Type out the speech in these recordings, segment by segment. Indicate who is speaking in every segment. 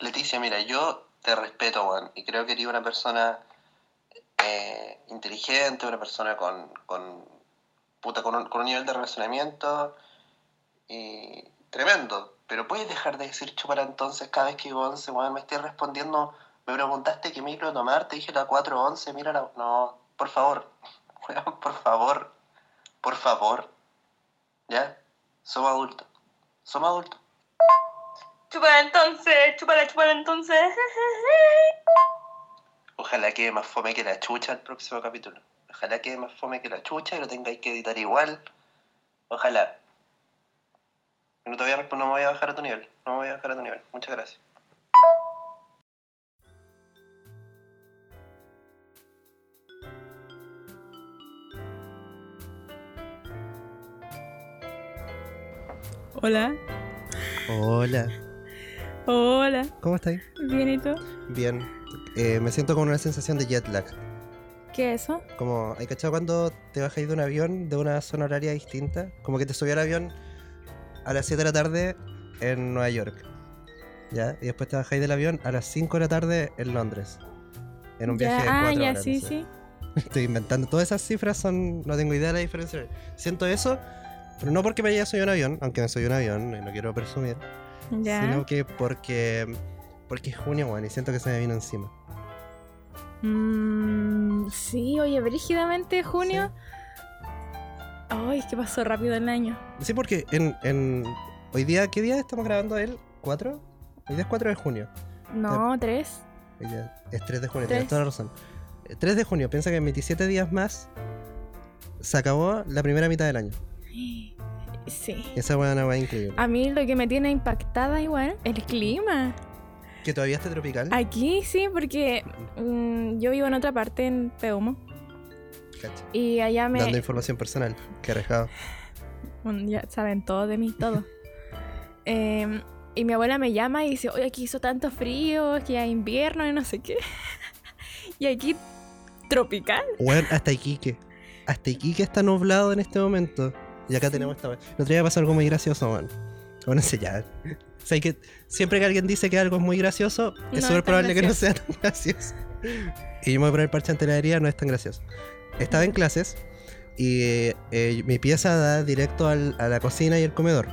Speaker 1: Leticia, mira, yo te respeto, Juan, y creo que eres una persona eh, inteligente, una persona con, con, puta, con, un, con un nivel de relacionamiento y tremendo. Pero puedes dejar de decir chupar entonces cada vez que digo 11, weón, me estoy respondiendo, me preguntaste qué micro tomar, te dije la 411, mira la... No, por favor, weón, por favor, por favor. ¿Ya? Somos adultos, somos adultos.
Speaker 2: Chúpala entonces, chúpala, chúpala entonces.
Speaker 1: Ojalá quede más fome que la chucha el próximo capítulo. Ojalá quede más fome que la chucha y lo tengáis que editar igual. Ojalá. No te voy a responder, no me voy a bajar a tu nivel. No me voy a bajar a tu nivel. Muchas gracias.
Speaker 3: Hola,
Speaker 4: Hola,
Speaker 3: hola,
Speaker 4: ¿cómo estáis?
Speaker 3: ¿bien y tú?
Speaker 4: Bien. Eh, me siento con una sensación de jet lag.
Speaker 3: ¿Qué es eso?
Speaker 4: Como, ¿hay cachado cuando te bajáis de un avión de una zona horaria distinta? Como que te subí al avión a las 7 de la tarde en Nueva York. ¿Ya? Y después te bajáis del avión a las 5 de la tarde en Londres. En un
Speaker 3: Ya,
Speaker 4: viaje de
Speaker 3: ah,
Speaker 4: 4
Speaker 3: ya,
Speaker 4: horas. no
Speaker 3: sí,
Speaker 4: sé.
Speaker 3: sí.
Speaker 4: Estoy inventando. Todas esas cifras son. No tengo idea de la diferencia. Siento eso, pero no porque me haya subido a un avión, aunque me subí a un avión, y no quiero presumir.
Speaker 3: Ya.
Speaker 4: Sino que porque. Porque es junio, weón, y siento que se me vino encima.
Speaker 3: Mm, sí, oye, brígidamente junio. Ay, es que pasó rápido el año.
Speaker 4: Sí, porque en, en. Hoy día, ¿qué día estamos grabando el? ¿4? Hoy día es 4 de junio.
Speaker 3: No, tres.
Speaker 4: Hoy día es 3 de junio,
Speaker 3: Tres.
Speaker 4: tienes toda la razón. Eh, 3 de junio, piensa que en 27 días más se acabó la primera mitad del año.
Speaker 3: Sí.
Speaker 4: Esa weá es una weá increíble.
Speaker 3: A mí lo que me tiene impactada igual, el clima.
Speaker 4: Que todavía está tropical.
Speaker 3: Aquí sí, porque mm, yo vivo en otra parte, en Peumo.
Speaker 4: Cacha.
Speaker 3: Y allá me...
Speaker 4: Dando información personal. Qué arriesgado.
Speaker 3: Bueno, ya saben todo de mí, todo. Eh, y mi abuela me llama y dice, oye, aquí hizo tanto frío, que hay invierno y no sé qué. y aquí, tropical.
Speaker 4: Weón, hasta Iquique. Hasta Iquique está nublado en este momento. Y acá
Speaker 3: Sí.
Speaker 4: tenemos esta weá. El otro día pasó algo muy gracioso, weón. Bueno, sé ya. O sea, que siempre que alguien dice que algo es muy gracioso,
Speaker 3: No
Speaker 4: es
Speaker 3: es
Speaker 4: súper
Speaker 3: tan
Speaker 4: probable que no sea tan gracioso. Y yo me voy a poner parche ante la herida, no es tan gracioso. Estaba en clases y eh, eh, mi pieza da directo al- a la cocina y el comedor.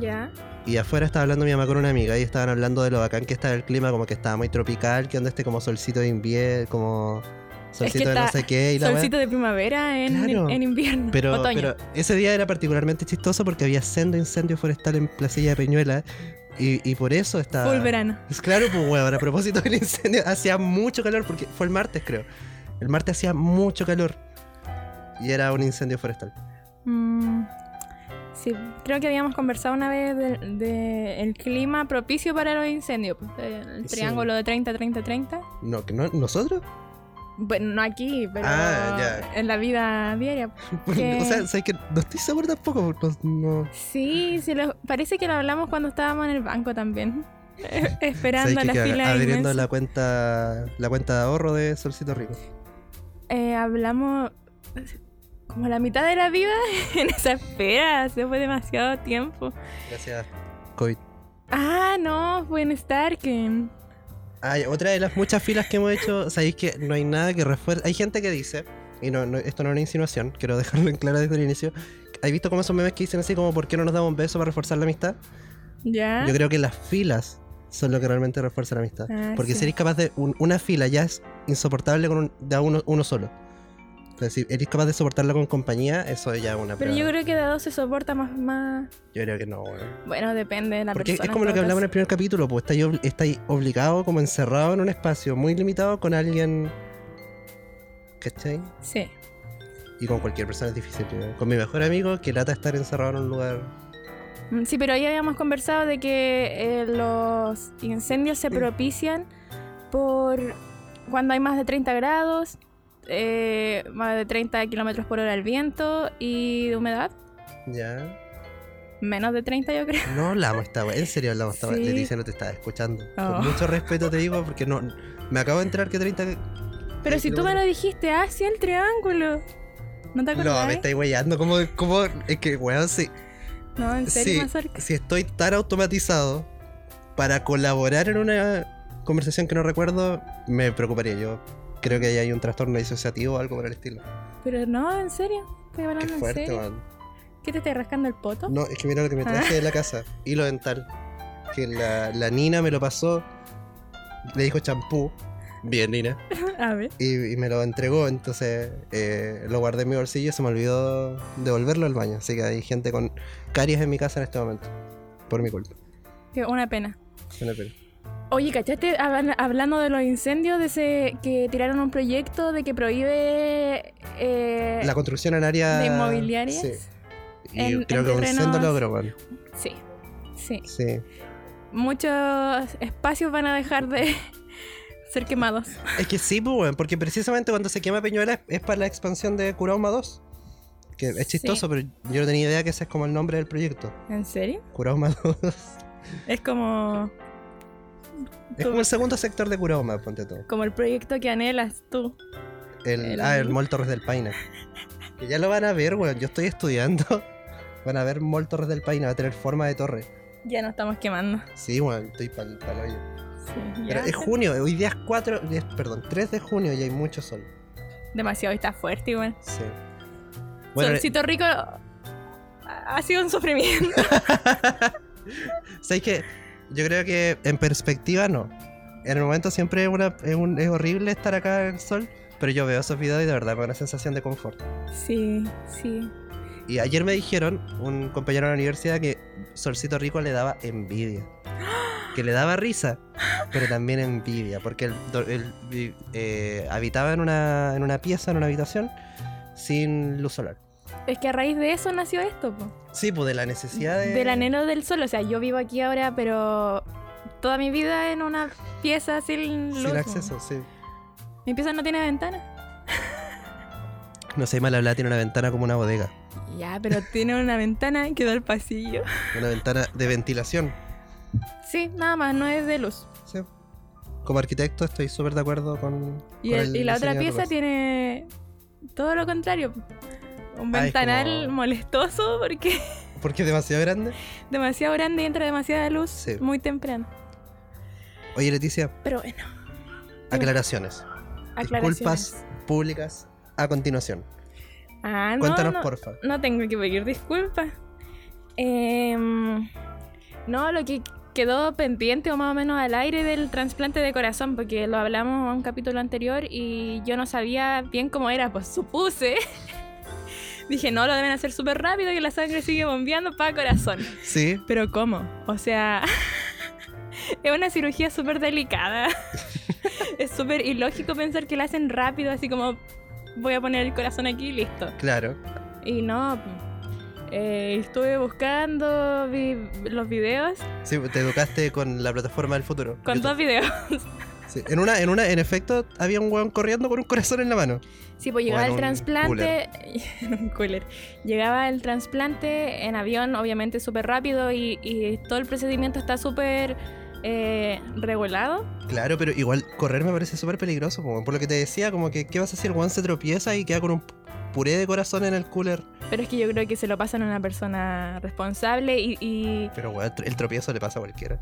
Speaker 3: Ya.
Speaker 4: Y afuera estaba hablando mi mamá con una amiga y estaban hablando de lo bacán que estaba el clima, como que estaba muy tropical, que onda este como solcito de invierno, como solcito de no
Speaker 3: está-
Speaker 4: sé qué y la weá.
Speaker 3: Solcito de primavera en,
Speaker 4: Claro.
Speaker 3: en invierno,
Speaker 4: Pero,
Speaker 3: otoño.
Speaker 4: pero ese día era particularmente chistoso porque había sendo incendio forestal en Placilla de Peñuela y, y por eso estaba...
Speaker 3: Full verano.
Speaker 4: Es claro, pues weón, a propósito del incendio hacía mucho calor porque fue el martes creo. El martes hacía mucho calor y era un incendio forestal.
Speaker 3: Mm, sí, creo que habíamos conversado una vez del de el clima propicio para los incendios. pues, El
Speaker 4: Sí.
Speaker 3: triángulo de 30-30-30.
Speaker 4: No, que no ¿Nosotros?
Speaker 3: Bueno, no aquí, pero
Speaker 4: Ah, ya.
Speaker 3: en la vida diaria. ¿Qué?
Speaker 4: o sea, ¿sabes que no estoy seguro tampoco. No, no.
Speaker 3: Sí, se lo- parece que lo hablamos cuando estábamos en el banco también. Eh,
Speaker 4: ¿Sabes
Speaker 3: Esperando
Speaker 4: que,
Speaker 3: la
Speaker 4: que
Speaker 3: fila
Speaker 4: abriendo
Speaker 3: inmensa.
Speaker 4: la cuenta, la cuenta de ahorro de Solcito Rico?
Speaker 3: Eh, hablamos como la mitad de la vida en esa espera. Se fue demasiado tiempo.
Speaker 4: Gracias, COVID.
Speaker 3: Ah, no, fue en eh, Starken.
Speaker 4: Ay, otra de las muchas filas que hemos hecho, sabéis que no hay nada que refuerce. Hay gente que dice, y no, no- esto no es una insinuación, quiero dejarlo en claro desde el inicio. ¿Has visto cómo esos memes que dicen así como por qué no nos damos un beso para reforzar la amistad?
Speaker 3: ¿Ya?
Speaker 4: Yo creo que las filas son lo que realmente refuerza la amistad.
Speaker 3: Ah,
Speaker 4: Porque
Speaker 3: sí.
Speaker 4: si eres capaz de un- una fila ya es insoportable con un- de a uno, uno solo. O sea, si eres capaz de soportarla con compañía, eso ya es una
Speaker 3: Pero yo
Speaker 4: prueba.
Speaker 3: creo que de a dos se soporta más. más...
Speaker 4: Yo creo que no, weón.
Speaker 3: Bueno, depende de la
Speaker 4: Porque
Speaker 3: persona.
Speaker 4: es como lo
Speaker 3: en
Speaker 4: que
Speaker 3: todo
Speaker 4: hablamos en el primer capítulo, pues estáis obli- estáis obligado, como encerrado en un espacio muy limitado con alguien. ¿Cachai?
Speaker 3: caso. Sí.
Speaker 4: Y con cualquier persona es difícil. ¿no? Con mi mejor amigo, que lata estar encerrado en un lugar.
Speaker 3: Mm, Sí, pero ahí habíamos conversado de que eh, los incendios se propician por cuando hay más de 30 grados, eh, más de 30 kilómetros por hora el viento y de humedad,
Speaker 4: ¿Ya?
Speaker 3: menos de 30 yo creo.
Speaker 4: No hablamos esta wea, en serio hablamos esta wea.
Speaker 3: Sí.
Speaker 4: Leticia no te estaba escuchando.
Speaker 3: Oh.
Speaker 4: Con mucho respeto te digo, porque no. Me acabo de enterar que 30.
Speaker 3: Pero si tú me lo
Speaker 4: kilómetros-
Speaker 3: dijiste, ah, sí, el triángulo. ¿No te acordás?
Speaker 4: No, me estáis weyando. ¿Cómo, cómo? Es que, weón, si,
Speaker 3: No, en serio,
Speaker 4: Sí.
Speaker 3: Mazorca?
Speaker 4: si estoy tan automatizado para colaborar en una conversación que no recuerdo, me preocuparía. Yo creo que ahí hay un trastorno disociativo o algo por el estilo.
Speaker 3: Pero no, en serio. Estoy
Speaker 4: Qué
Speaker 3: hablando Ah, en
Speaker 4: fuerte,
Speaker 3: serio. Ah.
Speaker 4: man.
Speaker 3: ¿Qué te estás rascando el poto?
Speaker 4: No, es que mira lo que me traje de la casa. Hilo dental. Que la, la Nina me lo pasó. Le dijo champú. Bien, Nina.
Speaker 3: A ver.
Speaker 4: Y, y me lo entregó, entonces eh, lo guardé en mi bolsillo y se me olvidó devolverlo al baño. Así que hay gente con caries en mi casa en este momento. Por mi culpa.
Speaker 3: Qué- Una pena.
Speaker 4: Una pena.
Speaker 3: Oye, ¿cachaste? Hablan- Hablando de los incendios, de ese que tiraron un proyecto de que prohíbe eh,
Speaker 4: La construcción en área.
Speaker 3: de inmobiliarias.
Speaker 4: Sí. Y
Speaker 3: En-
Speaker 4: creo
Speaker 3: en
Speaker 4: que un
Speaker 3: terrenos-
Speaker 4: sendo logro, man.
Speaker 3: Sí, sí.
Speaker 4: Sí.
Speaker 3: Muchos espacios van a dejar de ser quemados.
Speaker 4: Es que sí, pues, weón, porque precisamente cuando se quema Peñuela es, es para la expansión de Curauma 2. Que es
Speaker 3: Sí.
Speaker 4: chistoso, pero yo no tenía idea que ese es como el nombre del proyecto.
Speaker 3: ¿En serio?
Speaker 4: Curauma 2.
Speaker 3: Es como,
Speaker 4: Es como el segundo sector de Curauma, ponte todo.
Speaker 3: como el proyecto que anhelas tú.
Speaker 4: El,
Speaker 3: El-
Speaker 4: Ah, el Mall Torres del Paina. Que ya lo van a ver, weón. Yo estoy estudiando. Van a ver Mall Torres del Paina. Va a tener forma de torre.
Speaker 3: Ya no estamos quemando.
Speaker 4: Sí, weón. Estoy pa'l pa'l hoyo.
Speaker 3: Sí,
Speaker 4: Pero
Speaker 3: ya.
Speaker 4: es junio. Hoy día es 4... es- perdón, 3 de junio y hay mucho sol.
Speaker 3: Demasiado está fuerte igual.
Speaker 4: Sí. Bueno, eh,
Speaker 3: Solcito rico ha ha sido un sufrimiento.
Speaker 4: ¿Sabes que Yo creo que en perspectiva no. En el momento siempre es, una- es un- es horrible estar acá en el sol, pero yo veo esos videos y de verdad me da una sensación de confort.
Speaker 3: Sí, sí.
Speaker 4: Y ayer me dijeron, un compañero de la universidad, que Solcito Rico le daba envidia. Que le daba risa, pero también envidia, porque él, do- él vi- eh, habitaba en una, en una pieza, en una habitación, sin luz solar.
Speaker 3: Es que a raíz de eso nació esto, po.
Speaker 4: Sí, pues de la necesidad de...
Speaker 3: Del anhelo del sol. O sea, yo vivo aquí ahora, pero toda mi vida en una pieza sin luz.
Speaker 4: Sin
Speaker 3: po.
Speaker 4: acceso, sí.
Speaker 3: Mi pieza no tiene ventana.
Speaker 4: No sé, mal hablar, tiene una ventana como una bodega.
Speaker 3: Ya, pero tiene una ventana que da al pasillo.
Speaker 4: Una ventana de ventilación.
Speaker 3: Sí, nada más, no es de luz.
Speaker 4: Sí. Como arquitecto estoy súper de acuerdo con...
Speaker 3: Y,
Speaker 4: con
Speaker 3: el-
Speaker 4: el
Speaker 3: y la
Speaker 4: diseño
Speaker 3: otra
Speaker 4: de
Speaker 3: pieza
Speaker 4: Roberto.
Speaker 3: tiene todo lo contrario. po. Un
Speaker 4: Ah, es
Speaker 3: ventanal
Speaker 4: como-
Speaker 3: molestoso porque es
Speaker 4: Porque es demasiado grande.
Speaker 3: demasiado grande y entra demasiada luz
Speaker 4: Sí.
Speaker 3: muy temprano.
Speaker 4: Oye, Leticia,
Speaker 3: Pero bueno,
Speaker 4: aclaraciones.
Speaker 3: aclaraciones.
Speaker 4: Disculpas públicas a continuación.
Speaker 3: Ah, no,
Speaker 4: Cuéntanos,
Speaker 3: no,
Speaker 4: porfa.
Speaker 3: no tengo que pedir disculpas. Em, no, lo que quedó pendiente o más o menos al aire del trasplante de corazón, porque lo hablamos en un capítulo anterior y yo no sabía bien cómo era, pues supuse. Dije, no, lo deben hacer súper rápido que la sangre sigue bombeando para corazón.
Speaker 4: Sí,
Speaker 3: Pero ¿cómo? O sea, es una cirugía súper delicada. es súper ilógico pensar que la hacen rápido, así como voy a poner el corazón aquí y listo.
Speaker 4: claro.
Speaker 3: Y no, eh, estuve buscando vi- los videos,
Speaker 4: Sí, te educaste con la plataforma del futuro.
Speaker 3: con
Speaker 4: YouTube.
Speaker 3: dos videos.
Speaker 4: Sí, En una, en una, en efecto, había un hueón corriendo con un corazón en la mano.
Speaker 3: Sí, pues llegaba
Speaker 4: en
Speaker 3: el
Speaker 4: un
Speaker 3: trasplante. en un cooler. Llegaba el trasplante en avión, obviamente súper rápido y, y todo el procedimiento está súper eh, regulado.
Speaker 4: Claro, pero igual correr me parece súper peligroso, po, por lo que te decía, como que ¿qué vas a hacer? El hueón se tropieza y queda con un puré de corazón en el cooler.
Speaker 3: Pero es que yo creo que se lo pasan a una persona responsable y, y
Speaker 4: Pero weón, el tropiezo le pasa a cualquiera.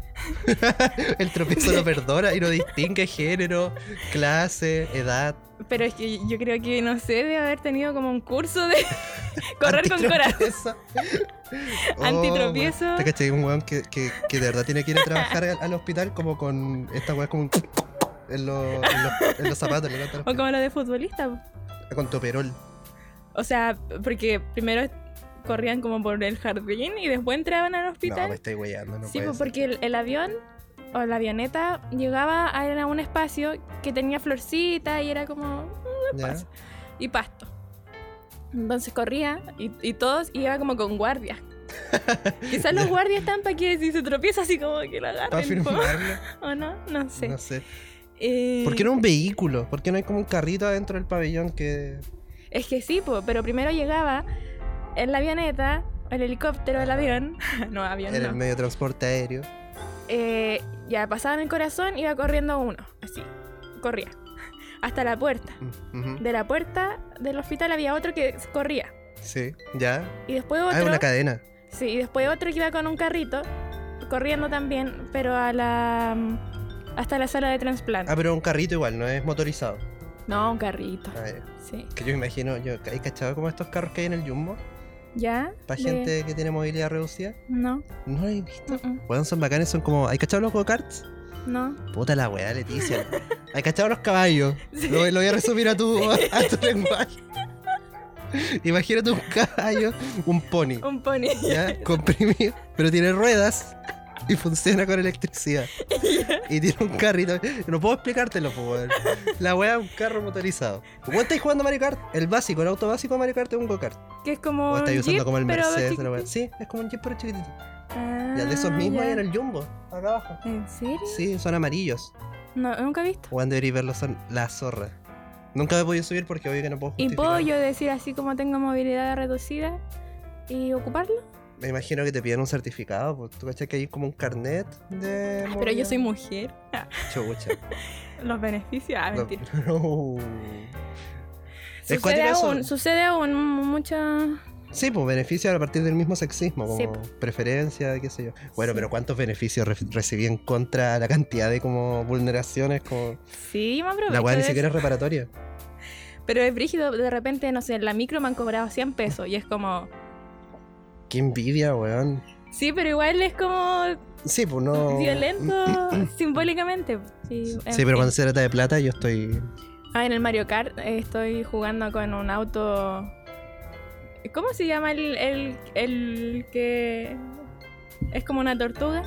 Speaker 4: el tropiezo no perdona y no distingue género, clase, edad.
Speaker 3: pero es que yo creo que no sé de haber tenido como un curso de correr con corazón.
Speaker 4: antitropiezo. Oh,
Speaker 3: Antitropiezo.
Speaker 4: weón. Te caché un weón que, que, que de verdad tiene que ir a trabajar al, al hospital como con esta weón como un en, los- en los- en los zapatos, en la planta de los
Speaker 3: O como lo de futbolista. po.
Speaker 4: pies. con toperol.
Speaker 3: O sea, porque primero corrían como por el jardín y después entraban al
Speaker 4: No,
Speaker 3: hospital.
Speaker 4: me estoy weyando, no
Speaker 3: sí,
Speaker 4: puede
Speaker 3: pues,
Speaker 4: ser.
Speaker 3: porque el, el avión o la avioneta llegaba a, a un espacio que tenía florcita y era como
Speaker 4: Ya.
Speaker 3: pasa. y pasto. Entonces corría y, y todos iba como con guardias. Quizás los guardias están para que si se tropieza así como que lo
Speaker 4: Para
Speaker 3: agarren. po,
Speaker 4: firmarlo,
Speaker 3: ¿O no? No sé.
Speaker 4: no sé.
Speaker 3: Eh,
Speaker 4: ¿Por qué no un vehículo? ¿Por qué no hay como un carrito adentro del pabellón que
Speaker 3: Es que sí, po, pero primero llegaba en la avioneta, el helicóptero, el avión. no, avión
Speaker 4: era
Speaker 3: no.
Speaker 4: el medio de transporte aéreo?
Speaker 3: Eh, ya pasaban el corazón, iba corriendo uno, así, corría, hasta la puerta.
Speaker 4: Mm, ujú.
Speaker 3: De la puerta del hospital había otro que corría.
Speaker 4: Sí, ya.
Speaker 3: Y después
Speaker 4: Ah,
Speaker 3: otro.
Speaker 4: una cadena.
Speaker 3: sí, y después otro que iba con un carrito, corriendo también, pero a la hasta la sala de trasplante.
Speaker 4: Ah, pero un carrito igual, no es motorizado.
Speaker 3: No, un carrito.
Speaker 4: Ah, ya.
Speaker 3: Sí.
Speaker 4: que yo imagino, yo he cachado como estos carros que hay en el Jumbo,
Speaker 3: ¿Ya?
Speaker 4: para
Speaker 3: De-
Speaker 4: gente que tiene movilidad reducida.
Speaker 3: No,
Speaker 4: No lo he visto.
Speaker 3: mm,
Speaker 4: Weón, son bacanes, son como. ¿Hay cachado los go-karts?
Speaker 3: no.
Speaker 4: Puta la weá, Leticia. ¿Hay cachado los caballos?
Speaker 3: Sí.
Speaker 4: Lo, lo voy a resumir a tu, a tu lenguaje. Imagínate un caballo, un pony,
Speaker 3: Un pony.
Speaker 4: ¿ya? Comprimido, pero tiene ruedas y funciona con electricidad. Y tiene un carrito. No puedo explicártelo, po, weón. La weá es un carro motorizado. ¿Vos estáis jugando Mario Kart? El básico, el auto básico de Mario Kart es un go-kart.
Speaker 3: Que es como.
Speaker 4: O estáis
Speaker 3: un
Speaker 4: usando
Speaker 3: jeep,
Speaker 4: como el
Speaker 3: pero
Speaker 4: Mercedes, la
Speaker 3: chiquitito.
Speaker 4: weá. Sí, es como un jeep pero chiquitito.
Speaker 3: Ah,
Speaker 4: Ya de esos mismos
Speaker 3: ya.
Speaker 4: hay en el Jumbo, acá abajo.
Speaker 3: ¿En serio?
Speaker 4: Sí, son amarillos.
Speaker 3: No, nunca he visto.
Speaker 4: Juan debería verlos, son la zorra. Nunca me he podido subir porque obvio que no puedo
Speaker 3: ¿Y
Speaker 4: justificar.
Speaker 3: puedo yo decir así como tengo movilidad reducida y ocuparlo?
Speaker 4: Me imagino que te piden un certificado, pues tú cachas que hay como un carnet de...
Speaker 3: Pero yo
Speaker 4: movilidad?
Speaker 3: soy mujer.
Speaker 4: Chucha.
Speaker 3: Los beneficios. Ah,
Speaker 4: No,
Speaker 3: mentira.
Speaker 4: no. Es
Speaker 3: Sucede
Speaker 4: cuático eso.
Speaker 3: aún, sucede aún mucho.
Speaker 4: Sí, pues beneficios a partir del mismo sexismo, como
Speaker 3: Sí, pues.
Speaker 4: preferencia, qué sé yo. Bueno,
Speaker 3: Sí.
Speaker 4: pero ¿cuántos beneficios re- recibí en contra la cantidad de como vulneraciones? Como...
Speaker 3: Sí, me aprovecho.
Speaker 4: La weá ni
Speaker 3: de
Speaker 4: siquiera es reparatoria.
Speaker 3: eso. Pero es brígido, de repente, no sé, en la micro me han cobrado 100 pesos y es como.
Speaker 4: Qué envidia, weón.
Speaker 3: Sí, pero igual es como
Speaker 4: Sí, pues no...
Speaker 3: violento simbólicamente. Sí, en
Speaker 4: Sí, pero
Speaker 3: fin.
Speaker 4: cuando se trata de plata yo estoy...
Speaker 3: Ah, en el Mario Kart eh, estoy jugando con un auto. ¿Cómo se llama el, el, el que es como una tortuga?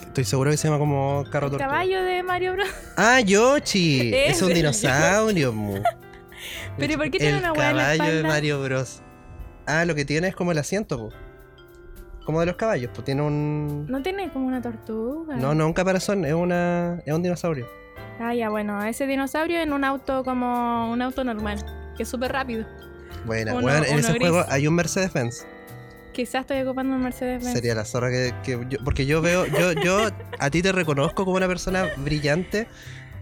Speaker 4: Estoy seguro que se llama como carro
Speaker 3: El
Speaker 4: tortuga.
Speaker 3: caballo de Mario Bros.
Speaker 4: Ah, Yoshi. es
Speaker 3: Ese,
Speaker 4: un dinosaurio. mu.
Speaker 3: Pero, ¿y por qué tiene
Speaker 4: El
Speaker 3: una hueá en la
Speaker 4: caballo de
Speaker 3: espalda?
Speaker 4: Mario Bros. Ah, lo que tiene es como el asiento, po. como de los caballos, pues tiene un.
Speaker 3: No tiene como una tortuga.
Speaker 4: No, no, un caparazón, es una, es un dinosaurio.
Speaker 3: Ah, ya, bueno, ese dinosaurio en un auto como un auto normal, que es súper rápido.
Speaker 4: Buena,
Speaker 3: Uno-
Speaker 4: weón, en
Speaker 3: uno
Speaker 4: ese
Speaker 3: gris.
Speaker 4: juego hay un Mercedes Benz.
Speaker 3: Quizás estoy ocupando un Mercedes Benz.
Speaker 4: Sería la zorra que, que yo- porque yo veo, yo, yo a ti te reconozco como una persona brillante.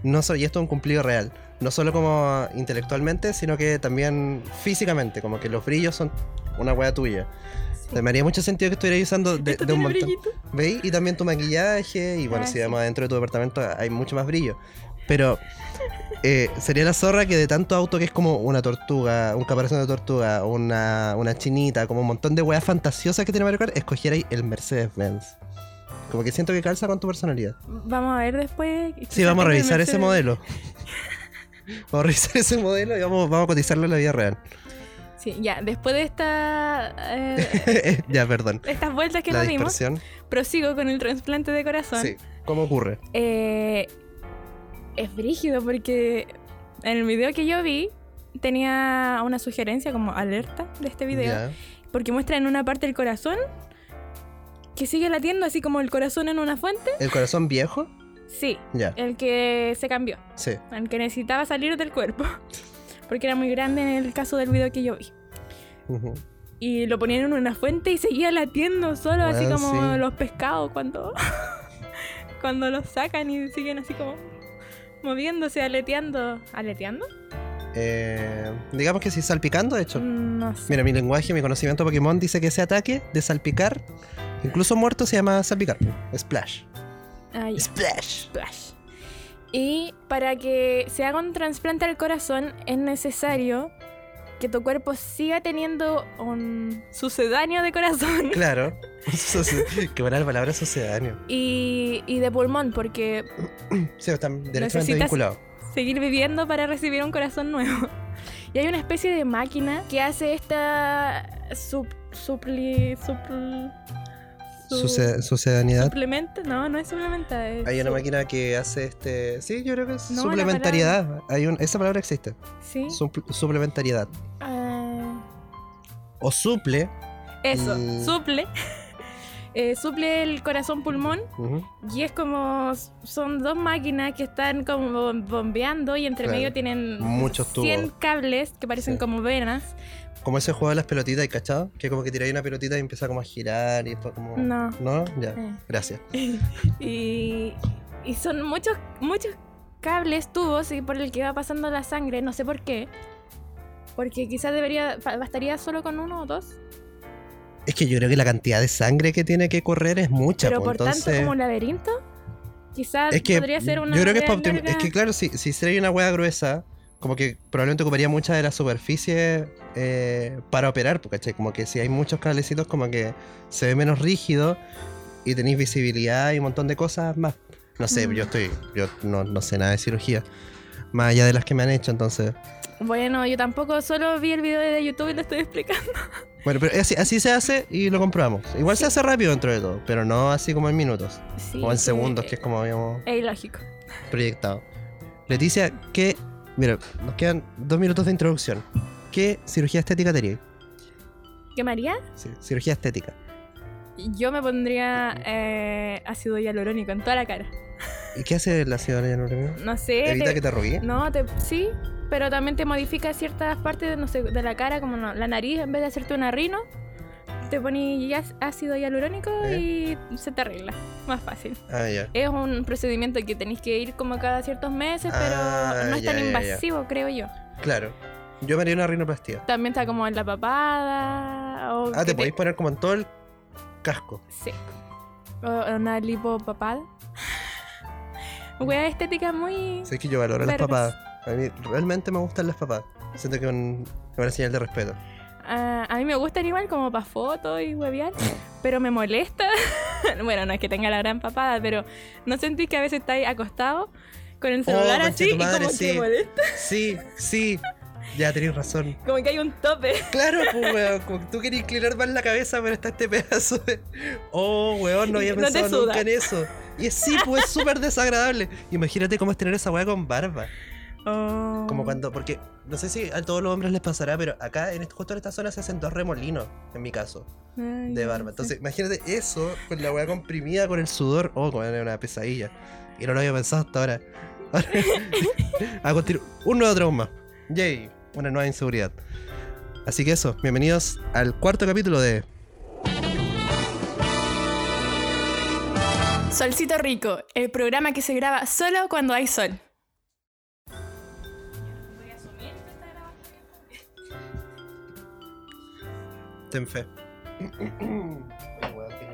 Speaker 4: No soy, y esto es un cumplido real. No solo como intelectualmente, sino que también físicamente, como que los brillos son una wea tuya.
Speaker 3: Sí.
Speaker 4: Te me haría mucho sentido que estuviera usando de,
Speaker 3: ¿Esto
Speaker 4: de un
Speaker 3: tiene
Speaker 4: montón.
Speaker 3: brillito?
Speaker 4: ¿Veis? Y también tu maquillaje. Y bueno,
Speaker 3: Ah,
Speaker 4: si
Speaker 3: sí.
Speaker 4: vamos adentro de tu departamento, hay mucho más brillo. Pero eh, sería la zorra que de tanto auto que es como una tortuga, un caparazón de tortuga, una, una chinita, como un montón de weas fantasiosas que tiene Mario Kart, escogierais el Mercedes-Benz. Como que siento que calza con tu personalidad.
Speaker 3: Vamos a ver después.
Speaker 4: Sí,
Speaker 3: quizás tenga
Speaker 4: vamos a
Speaker 3: el
Speaker 4: revisar ese
Speaker 3: Mercedes-
Speaker 4: modelo. Vamos a revisar ese modelo y vamos, vamos a cotizarlo en la vida real.
Speaker 3: Sí, ya, después de esta, eh,
Speaker 4: ya, perdón.
Speaker 3: estas vueltas que
Speaker 4: La
Speaker 3: nos dimos,
Speaker 4: dispersión.
Speaker 3: prosigo con el trasplante de corazón.
Speaker 4: Sí. ¿Cómo ocurre?
Speaker 3: Eh, es brígido porque en el video que yo vi tenía una sugerencia como alerta de este video.
Speaker 4: Ya.
Speaker 3: Porque muestra en una parte el corazón que sigue latiendo así como el corazón en una fuente.
Speaker 4: ¿El corazón viejo?
Speaker 3: Sí,
Speaker 4: Ya.
Speaker 3: el que se cambió,
Speaker 4: Sí.
Speaker 3: el que necesitaba salir del cuerpo. Porque era muy grande en el caso del video que yo vi.
Speaker 4: Ujú.
Speaker 3: Y lo ponían en una fuente y seguía latiendo solo, así
Speaker 4: Weón,
Speaker 3: como
Speaker 4: sí.
Speaker 3: los pescados cuando, cuando los sacan y siguen así como moviéndose, aleteando. ¿Aleteando?
Speaker 4: Eh, digamos que sí, salpicando, de hecho.
Speaker 3: No sé.
Speaker 4: Mira, mi lenguaje, mi conocimiento Pokémon dice que ese ataque de salpicar, incluso muerto, se llama salpicar. Splash.
Speaker 3: Ah, ya.
Speaker 4: Splash.
Speaker 3: Splash. Y para que se haga un trasplante al corazón es necesario que tu cuerpo siga teniendo un sucedáneo de corazón
Speaker 4: Claro. Soci- Qué buena la palabra sucedáneo.
Speaker 3: y, y de pulmón, porque
Speaker 4: Sí, están directamente
Speaker 3: Necesitas-
Speaker 4: vinculados.
Speaker 3: seguir viviendo para recibir un corazón nuevo. Y hay una especie de máquina que hace esta sup, supli, supl- su-
Speaker 4: Suce- sucedanidad.
Speaker 3: suplementa- no, no es suplementa. es
Speaker 4: Hay una
Speaker 3: su-
Speaker 4: máquina que hace este. Sí, yo creo que es
Speaker 3: No, la
Speaker 4: suplementariedad. Hay un... Esa palabra existe.
Speaker 3: Sí.
Speaker 4: Supl- suplementariedad.
Speaker 3: Ah,
Speaker 4: O suple.
Speaker 3: eso,
Speaker 4: Mm.
Speaker 3: suple. Eh, suple el corazón pulmón
Speaker 4: Ujú.
Speaker 3: y es como son dos máquinas que están como bombeando y entre
Speaker 4: Claro.
Speaker 3: medio tienen
Speaker 4: Muchos tubos.
Speaker 3: 100 cables que parecen
Speaker 4: Sí.
Speaker 3: como venas.
Speaker 4: Como ese juego de las pelotitas, ¿cachado? Que como que tiráis una pelotita y empieza como a girar y después como...
Speaker 3: No.
Speaker 4: ¿No? Ya.
Speaker 3: Eh.
Speaker 4: Gracias.
Speaker 3: Y, y son muchos, muchos cables, tubos y por el que va pasando la sangre, no sé por qué. Porque quizás debería, fa- bastaría solo con uno o dos.
Speaker 4: Es que yo creo que la cantidad de sangre que tiene que correr es mucha,
Speaker 3: Pero
Speaker 4: po,
Speaker 3: por
Speaker 4: pues entonces...
Speaker 3: tanto, como un laberinto, quizás
Speaker 4: es que
Speaker 3: podría ser una.
Speaker 4: yo creo que es
Speaker 3: wea
Speaker 4: para optimizar. Es
Speaker 3: larga.
Speaker 4: que claro, si, si sería una hueá gruesa, como que probablemente ocuparía mucha de la superficie eh, para operar, porque como que si hay muchos canalecitos, como que se ve menos rígido y tenéis visibilidad y un montón de cosas más. No sé,
Speaker 3: Mm.
Speaker 4: yo estoy, yo no, no sé nada de cirugía, más allá de las que me han hecho, entonces.
Speaker 3: Bueno, yo tampoco solo vi el video de YouTube y lo estoy explicando.
Speaker 4: Bueno, pero así, así se hace y lo comprobamos. Igual se hace rápido dentro de todo, pero no así como en minutos
Speaker 3: Sí,
Speaker 4: o en
Speaker 3: sí,
Speaker 4: segundos, que
Speaker 3: eh,
Speaker 4: es como habíamos.
Speaker 3: Es ilógico.
Speaker 4: proyectado. Leticia, ¿qué. Mira, nos quedan dos minutos de introducción. ¿Qué cirugía estética tenía?
Speaker 3: ¿Qué María?
Speaker 4: Sí, cirugía estética.
Speaker 3: Yo me pondría eh, ácido hialurónico en toda la cara.
Speaker 4: ¿Y qué hace la ciudad de
Speaker 3: No sé.
Speaker 4: ¿Evita
Speaker 3: te-
Speaker 4: que te arrugues?
Speaker 3: No, te, sí, pero también te modifica ciertas partes de, no sé, de la cara, como no- la nariz, en vez de hacerte una rino, te pones ácido hialurónico
Speaker 4: ¿Eh?
Speaker 3: y se te arregla. Más fácil.
Speaker 4: Ah, ya.
Speaker 3: Es un procedimiento que tenéis que ir como cada ciertos meses, pero
Speaker 4: Ah,
Speaker 3: no es
Speaker 4: ya,
Speaker 3: tan
Speaker 4: ya, ya.
Speaker 3: invasivo, creo yo.
Speaker 4: Claro. Yo me haría una rinoplastía.
Speaker 3: También está como en la papada. O
Speaker 4: Ah,
Speaker 3: que
Speaker 4: te podéis poner como en todo el casco.
Speaker 3: Sí. O o una lipopapada.
Speaker 4: Mm.
Speaker 3: Wea estética muy.
Speaker 4: Sé que yo valoro las
Speaker 3: Vergas.
Speaker 4: papadas. A mí realmente me gustan las papadas. Siento que es un- es una señal de respeto.
Speaker 3: Ah, a mí me gusta animal como para fotos y huevear, pero me molesta. bueno, no es que tenga la gran papada, pero ¿no sentís que a veces estáis acostado con el celular
Speaker 4: Oh, concha
Speaker 3: así
Speaker 4: tu
Speaker 3: y
Speaker 4: madre,
Speaker 3: como
Speaker 4: sí.
Speaker 3: que molesta?
Speaker 4: Sí, sí. Ya tenéis razón.
Speaker 3: Como que hay un tope.
Speaker 4: Claro, pues, weón. Como que tú querías inclinar más la cabeza, pero está este pedazo de. Oh, weón, no había
Speaker 3: No te
Speaker 4: pensado
Speaker 3: suda.
Speaker 4: nunca en eso. Y es- sí, pues es súper desagradable. Imagínate cómo es tener esa weá con barba.
Speaker 3: Oh.
Speaker 4: Como cuando. Porque no sé si a todos los hombres les pasará, pero acá, en este- justo en esta zona, se hacen dos remolinos, en mi caso,
Speaker 3: Ay,
Speaker 4: de
Speaker 3: ya,
Speaker 4: barba.
Speaker 3: sí.
Speaker 4: Entonces, imagínate eso con la weá comprimida, con el sudor. Oh, weón, es una pesadilla. Y no lo había pensado hasta ahora. a continuar. Un nuevo trauma. Yay. Una nueva inseguridad. Así que eso, bienvenidos al cuarto capítulo de
Speaker 3: Solcito Rico, el programa que se graba solo cuando hay sol.
Speaker 4: Ten fe. tengo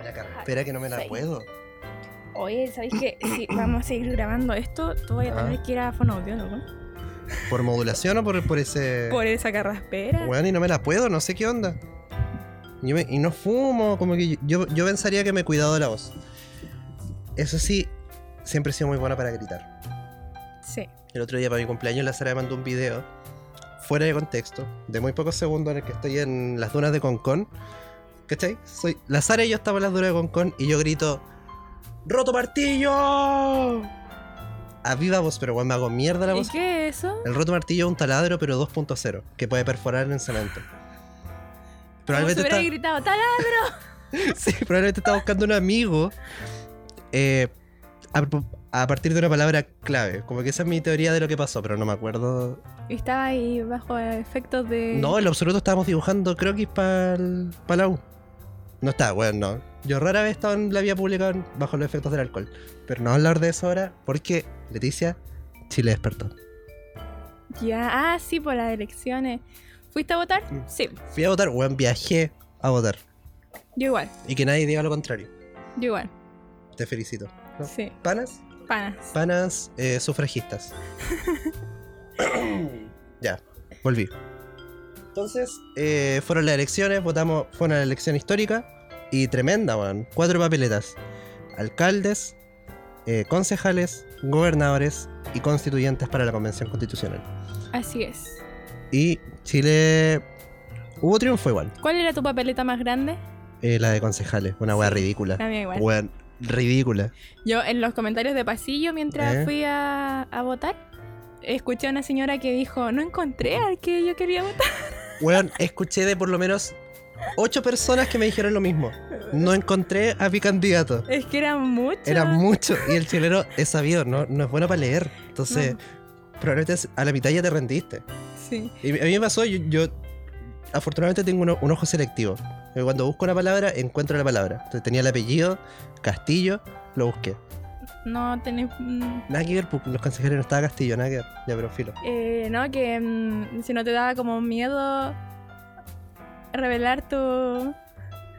Speaker 4: una cartera que no me la
Speaker 3: Sí.
Speaker 4: puedo.
Speaker 3: Oye, ¿sabéis que si vamos a seguir grabando esto, tú voy a
Speaker 4: Ah.
Speaker 3: tener que ir a fonoaudiólogo?
Speaker 4: ¿Por modulación o por, por ese.
Speaker 3: Por esa carraspera.
Speaker 4: Weón, y no me la puedo, no sé qué onda. Y, yo me- y no fumo, como que yo, yo pensaría que me he cuidado de la voz. Eso sí, siempre he sido muy buena para gritar.
Speaker 3: Sí.
Speaker 4: El otro día para mi cumpleaños la Sara me mandó un video fuera de contexto, de muy pocos segundos en el que estoy en las dunas de Concón. ¿Cachai? Soy, la Sara y yo estamos en las dunas de Concón y yo grito ¡Roto martillo! A viva voz, pero weón, me hago mierda la
Speaker 3: ¿Y
Speaker 4: voz.
Speaker 3: qué es eso?
Speaker 4: El roto martillo es un taladro, pero 2.0, que puede perforar en cemento.
Speaker 3: Como si
Speaker 4: Probablemente
Speaker 3: hubiera
Speaker 4: está,
Speaker 3: gritado, "Tala".
Speaker 4: sí, probablemente está buscando un amigo eh, a, a partir de una palabra clave. Como que esa es mi teoría de lo que pasó, pero no me acuerdo.
Speaker 3: Estaba ahí bajo efectos de.
Speaker 4: No, en lo absoluto estábamos dibujando croquis para la U. No está, bueno, no. Yo rara vez he estado en la vía pública bajo los efectos del alcohol. Pero no hablar de eso ahora, porque Leticia, Chile despertó.
Speaker 3: Ya, ah, sí, por las elecciones. ¿Fuiste a votar?
Speaker 4: Mm.
Speaker 3: Sí,
Speaker 4: Fui a votar, weón, viajé a votar.
Speaker 3: yo igual,
Speaker 4: Y que nadie diga lo contrario.
Speaker 3: yo igual.
Speaker 4: Te felicito. ¿no?
Speaker 3: Sí,
Speaker 4: ¿Panas?
Speaker 3: panas.
Speaker 4: Panas eh, sufragistas. ya, volví. Entonces, eh, fueron las elecciones, votamos, fue una elección histórica y tremenda, weón. Cuatro papeletas. Alcaldes, eh, concejales, gobernadores y constituyentes para la Convención Constitucional.
Speaker 3: Así es.
Speaker 4: Y Chile... Hubo triunfo igual.
Speaker 3: ¿Cuál era tu papeleta más grande?
Speaker 4: eh, la de concejales, una weá ridícula.
Speaker 3: La mía igual.
Speaker 4: Weón, ridícula.
Speaker 3: Yo en los comentarios de pasillo mientras
Speaker 4: ¿Eh?
Speaker 3: fui a, a votar, escuché a una señora que dijo, no encontré al que yo quería votar.
Speaker 4: Weón, escuché de por lo menos ocho personas que me dijeron lo mismo. No encontré a mi candidato.
Speaker 3: Es que era mucho.
Speaker 4: Era mucho. Y el chileno es sabido, no, no es bueno para leer. Entonces, probablemente es- a la mitad ya te rendiste.
Speaker 3: Sí.
Speaker 4: Y a mí me pasó, yo, yo afortunadamente tengo un, o- un ojo selectivo. Eh, Cuando busco una palabra, encuentro la palabra. Entonces tenía el apellido, Castillo, lo busqué.
Speaker 3: No tenés... mm,
Speaker 4: Nada que ver, porque los consejeros no estaba Castillo, nada que ver. Ya, pero filo.
Speaker 3: eh, no, que mm, si no te daba como miedo revelar tu...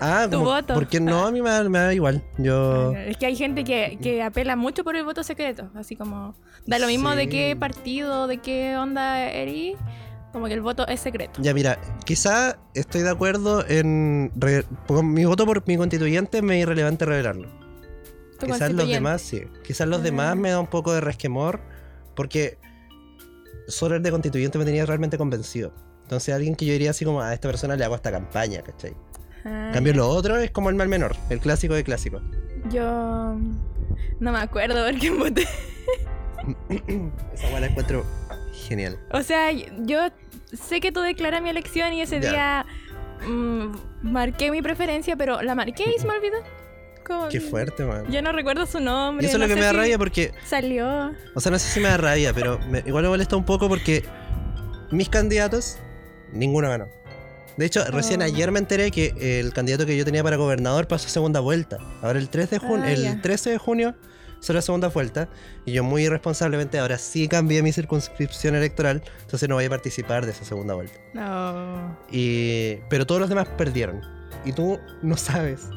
Speaker 4: Ah,
Speaker 3: Tu
Speaker 4: como-
Speaker 3: voto.
Speaker 4: ¿por qué no? A mí me da, me da igual. Yo.
Speaker 3: Es que hay gente que, que apela mucho por el voto secreto. Así como, da lo mismo de qué
Speaker 4: Sí.
Speaker 3: partido, de qué onda eres, como que el voto es secreto.
Speaker 4: Ya, mira, quizá estoy de acuerdo en. re- con mi voto por mi constituyente me es irrelevante revelarlo.
Speaker 3: Tu
Speaker 4: Quizás los
Speaker 3: constituyente.
Speaker 4: demás sí. Quizás los
Speaker 3: Ah.
Speaker 4: demás me da un poco de resquemor porque solo el de constituyente me tenía realmente convencido. Entonces alguien que yo diría así como "Ah, a esta persona le hago esta campaña, ¿cachai?
Speaker 3: Ah,
Speaker 4: En cambio lo otro es como el mal menor, el clásico de clásico.
Speaker 3: Yo no me acuerdo por quién voté.
Speaker 4: Esa guay la encuentro genial.
Speaker 3: O sea, yo sé que tú declaras mi elección y ese
Speaker 4: Ya.
Speaker 3: día mm, marqué mi preferencia, pero la marqué y se me olvidó. Como-
Speaker 4: Qué fuerte, man.
Speaker 3: Yo no recuerdo su nombre.
Speaker 4: Y eso es lo
Speaker 3: no
Speaker 4: que
Speaker 3: sé
Speaker 4: me da
Speaker 3: si
Speaker 4: rabia porque
Speaker 3: Salió.
Speaker 4: O sea, no sé si me da rabia, pero me- igual me molesta un poco porque mis candidatos, ninguno ganó. De hecho, recién
Speaker 3: Ah.
Speaker 4: ayer me enteré que el candidato que yo tenía para gobernador pasó a segunda vuelta. Ahora el 3 de junio,
Speaker 3: Ah,
Speaker 4: el
Speaker 3: ya.
Speaker 4: 13 de junio será segunda vuelta. Y yo muy irresponsablemente ahora sí cambié mi circunscripción electoral, entonces no voy a participar de esa segunda vuelta.
Speaker 3: No.
Speaker 4: Y, pero todos los demás perdieron. Y tú no sabes.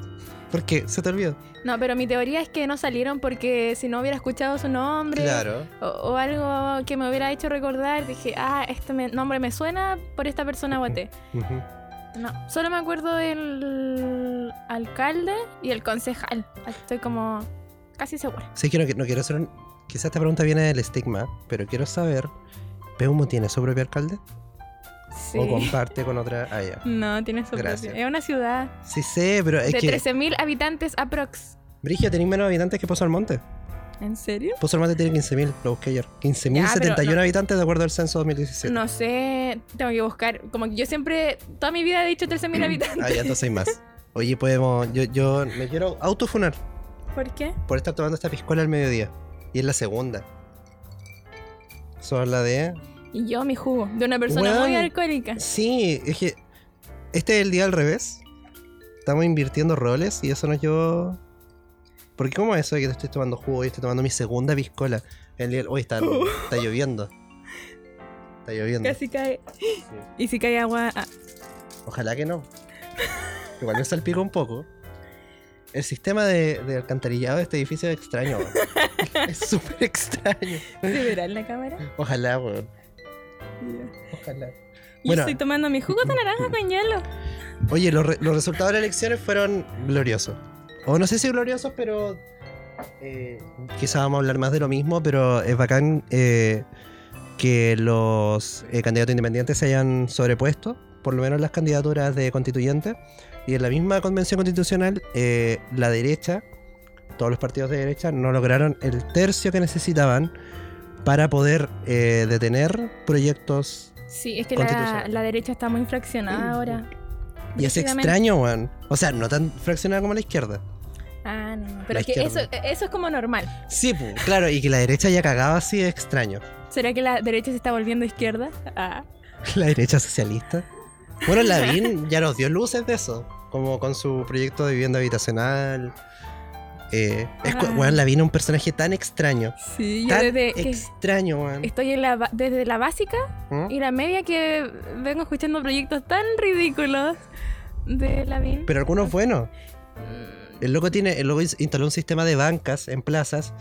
Speaker 4: ¿Por qué? Se te olvidó.
Speaker 3: No, pero mi teoría es que no salieron porque si no hubiera escuchado su nombre
Speaker 4: Claro.
Speaker 3: o, o algo que me hubiera hecho recordar, dije, ah, este me- nombre me suena, por esta persona voté.
Speaker 4: Ujú.
Speaker 3: No, solo me acuerdo del alcalde y el concejal. Estoy como casi segura.
Speaker 4: Sí, quiero, no quiero hacer un- Quizás esta pregunta viene del estigma, pero quiero saber. ¿Peumo tiene su propio alcalde?
Speaker 3: Sí.
Speaker 4: ¿O comparte con otra? Ah, ya.
Speaker 3: No, tiene su
Speaker 4: Oh, Gracias.
Speaker 3: propio- Es una ciudad
Speaker 4: Sí sé, pero es
Speaker 3: de
Speaker 4: que...
Speaker 3: 13.000 habitantes aprox.
Speaker 4: Brigio, tenéis menos habitantes que Pozo Almonte.
Speaker 3: ¿En serio?
Speaker 4: Pozo Almonte tiene 15.000, lo busqué ayer.
Speaker 3: Ya,
Speaker 4: 15.071
Speaker 3: pero no-
Speaker 4: habitantes de acuerdo al censo 2017.
Speaker 3: No sé, tengo que buscar. Como que yo siempre, toda mi vida he dicho 13.000 habitantes.
Speaker 4: Ah, ya, entonces hay más. Oye, podemos... Yo, yo me quiero autofunar
Speaker 3: ¿Por qué?
Speaker 4: por estar tomando esta piscola al mediodía. Y es la segunda. Eso habla de...
Speaker 3: Y yo mi jugo, de una persona
Speaker 4: Weón.
Speaker 3: muy alcohólica.
Speaker 4: Sí, es que este es el día al revés. Estamos invirtiendo roles y eso nos llevó. Porque cómo es eso de que te estoy tomando jugo y estoy tomando mi segunda piscola. El día- Hoy está, está lloviendo. Está lloviendo.
Speaker 3: Uh. Casi cae.
Speaker 4: Sí.
Speaker 3: Y si cae agua. ah,
Speaker 4: Ojalá que no. Igual me salpico un poco. El sistema de, de alcantarillado de este edificio es extraño. weón. es súper extraño.
Speaker 3: ¿Se verá en la cámara?
Speaker 4: Ojalá, weón.
Speaker 3: Ya.
Speaker 4: Ojalá.
Speaker 3: Yo
Speaker 4: Bueno.
Speaker 3: estoy tomando mi jugo de naranja con hielo.
Speaker 4: Oye, los, re- los resultados de las elecciones fueron gloriosos. O no sé si gloriosos, pero eh, quizá vamos a hablar más de lo mismo, pero es bacán eh, que los eh, candidatos independientes se hayan sobrepuesto, por lo menos las candidaturas de constituyentes. Y en la misma convención constitucional, eh, la derecha, todos los partidos de derecha, no lograron el tercio que necesitaban para poder eh, detener proyectos
Speaker 3: Sí, es que la,
Speaker 4: Constitucional.
Speaker 3: la derecha está muy fraccionada ahora.
Speaker 4: Y es
Speaker 3: Brígidamente.
Speaker 4: extraño, weón. O sea, no tan fraccionada como la izquierda.
Speaker 3: Ah, no. Pero
Speaker 4: La
Speaker 3: es que eso,
Speaker 4: izquierda.
Speaker 3: eso es como normal.
Speaker 4: Sí, pu, claro, y que la derecha ya cagaba así es extraño.
Speaker 3: ¿Será que la derecha se está volviendo izquierda? Ah.
Speaker 4: La derecha socialista. Bueno, Lavín ya nos dio luces de eso, como con su proyecto de vivienda habitacional. Eh, es, cu-
Speaker 3: Ah.
Speaker 4: weón, Lavín es un personaje tan extraño.
Speaker 3: Sí, yo
Speaker 4: Tan
Speaker 3: desde que
Speaker 4: extraño, weón.
Speaker 3: estoy en la, ba- desde la básica
Speaker 4: ¿Mm?
Speaker 3: y la media que vengo escuchando proyectos tan ridículos de Lavín.
Speaker 4: Pero algunos buenos.
Speaker 3: Mm,
Speaker 4: El loco tiene, el loco ins- instaló un sistema de bancas en plazas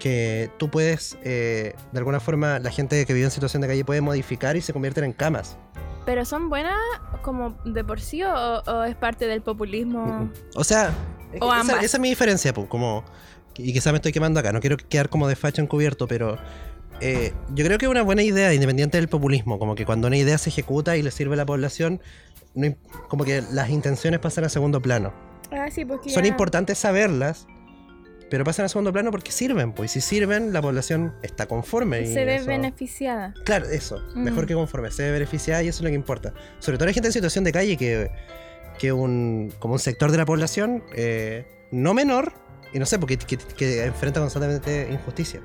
Speaker 4: que tú puedes, eh, de alguna forma, la gente que vive en situación de calle puede modificar y se convierten en camas.
Speaker 3: ¿Pero son buenas como de por sí o, o es parte del populismo?
Speaker 4: O sea, es que
Speaker 3: Mm. O
Speaker 4: esa,
Speaker 3: ambas.
Speaker 4: esa es mi diferencia, pu, como y quizá me estoy quemando acá, no quiero quedar como de facha encubierto, pero eh, yo creo que es una buena idea, independiente del populismo, como que cuando una idea se ejecuta y le sirve a la población, no im- como que las intenciones pasan a segundo plano.
Speaker 3: Ah, sí, porque
Speaker 4: Son importantes saberlas, pero pasan a segundo plano porque sirven, pues y si sirven, la población está conforme. y
Speaker 3: Se ve
Speaker 4: eso-
Speaker 3: beneficiada.
Speaker 4: Claro, eso. Mejor
Speaker 3: Mm.
Speaker 4: que conforme. Se ve beneficiada y eso es lo que importa. Sobre todo la gente en situación de calle, que, que un, como un sector de la población eh, no menor, y no sé, porque que, que enfrenta constantemente injusticia.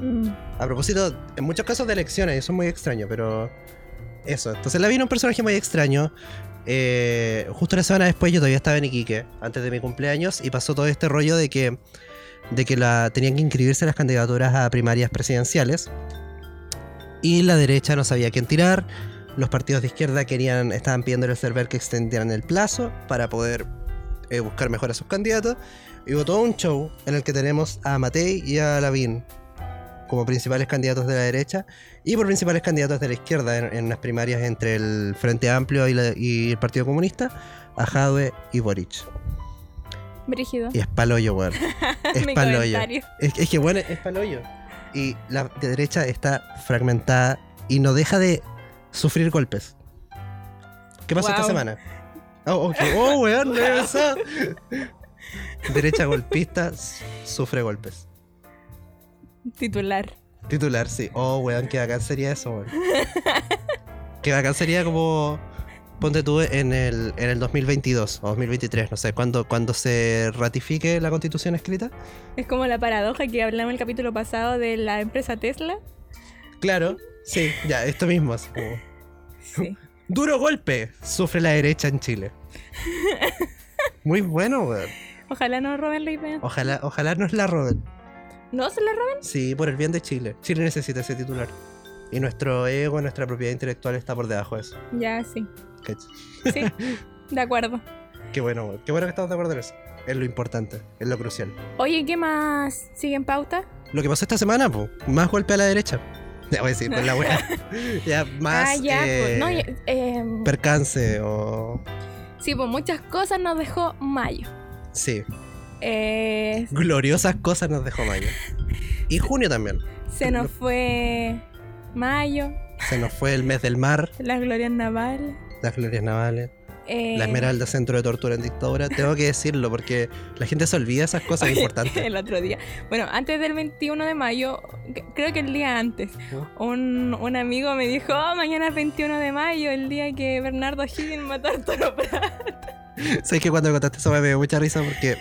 Speaker 3: Mm,
Speaker 4: A propósito, en muchos casos de elecciones, eso es muy extraño, pero eso. Entonces la vi un personaje muy extraño. Eh, justo una semana después yo todavía estaba en Iquique, antes de mi cumpleaños, y pasó todo este rollo de que, de que la, tenían que inscribirse las candidaturas a primarias presidenciales. Y la derecha no sabía quién tirar. Los partidos de izquierda querían, estaban pidiendo el server que extendieran el plazo para poder eh, buscar mejor a sus candidatos. Y hubo todo un show en el que tenemos a Matei y a Lavín como principales candidatos de la derecha y por principales candidatos de la izquierda en, en las primarias entre el Frente Amplio y, la- y el Partido Comunista, a Jadwe y Boric.
Speaker 3: Brígido.
Speaker 4: Y es paloyo, weón. Es
Speaker 3: Mi
Speaker 4: paloyo.
Speaker 3: comentario.
Speaker 4: Es, es que, bueno, es paloyo. Y la de derecha está fragmentada y no deja de sufrir golpes. ¿Qué pasó esta
Speaker 3: Guau.
Speaker 4: semana? Oh, ok. oh weón, no había pensado. Derecha golpista s- sufre golpes.
Speaker 3: Titular.
Speaker 4: Titular, sí. Oh, weón, qué bacán sería eso, weón. Qué bacán sería como. Ponte tú en el, en el 2022 o 2023, no sé, cuando, cuando se ratifique la constitución escrita.
Speaker 3: Es como la paradoja que hablamos en el capítulo pasado de la empresa Tesla.
Speaker 4: Claro, sí, ya, esto mismo. así como-
Speaker 3: Sí.
Speaker 4: Duro golpe sufre la derecha en Chile. Muy bueno, weón.
Speaker 3: Ojalá no roben la idea.
Speaker 4: Ojalá, ojalá nos la roben.
Speaker 3: ¿No se la roben?
Speaker 4: Sí, por el bien de Chile. Chile necesita ese titular. Y nuestro ego, nuestra propiedad intelectual está por debajo de eso.
Speaker 3: Ya, sí.
Speaker 4: ¿Cachai?
Speaker 3: Sí. De acuerdo.
Speaker 4: Qué bueno, weón. Qué bueno que estamos de acuerdo en eso. Es lo importante, es lo crucial.
Speaker 3: Oye, ¿qué más sigue en pauta?
Speaker 4: Lo que pasó esta semana, po, más golpe a la derecha. Ya voy a decir, con la weá. ya más
Speaker 3: ah, ya. pues,
Speaker 4: eh,
Speaker 3: no, ya, em,
Speaker 4: percance o.
Speaker 3: sí, pues muchas cosas nos dejó mayo.
Speaker 4: Sí,
Speaker 3: Eh,
Speaker 4: gloriosas cosas nos dejó mayo. Y junio también.
Speaker 3: se nos fue mayo,
Speaker 4: Se nos fue el mes del mar,
Speaker 3: las glorias navales.
Speaker 4: las glorias navales,
Speaker 3: eh,
Speaker 4: la esmeralda, centro de tortura en dictadura. Tengo que decirlo porque la gente se olvida esas cosas
Speaker 3: Oye,
Speaker 4: importantes.
Speaker 3: El otro día. Bueno, antes del 21 de mayo, c- creo que el día antes, un, un amigo me dijo, "Oh, mañana es 21 de mayo, el día que Bernardo Higgins mató a Arturo Prat".
Speaker 4: Sabes que cuando me contaste eso me dio mucha risa porque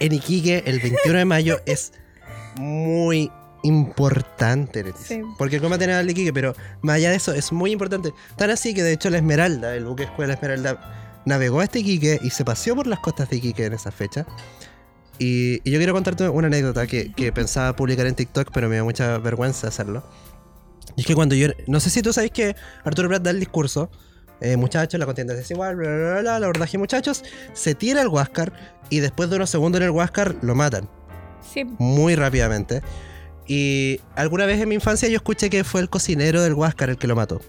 Speaker 4: en Iquique el 21 de mayo es muy importante. Leticia.
Speaker 3: Sí.
Speaker 4: Porque el combate naval de Iquique, pero más allá de eso es muy importante. Tan así que de hecho la Esmeralda, el buque escuela Esmeralda, navegó hasta Iquique y se paseó por las costas de Iquique en esa fecha. Y, y yo quiero contarte una anécdota que, que pensaba publicar en TikTok, pero me dio mucha vergüenza hacerlo. Y es que cuando yo... No sé si tú sabes que Arturo Prat da el discurso. eh, muchachos, la contienda es desigual, bla, bla, bla, bla, la abordaje, muchachos. Se tira el Huáscar y después de unos segundos en el Huáscar lo matan
Speaker 3: Sí,
Speaker 4: muy rápidamente. Y alguna vez en mi infancia yo escuché que fue el cocinero del Huáscar el que lo mató.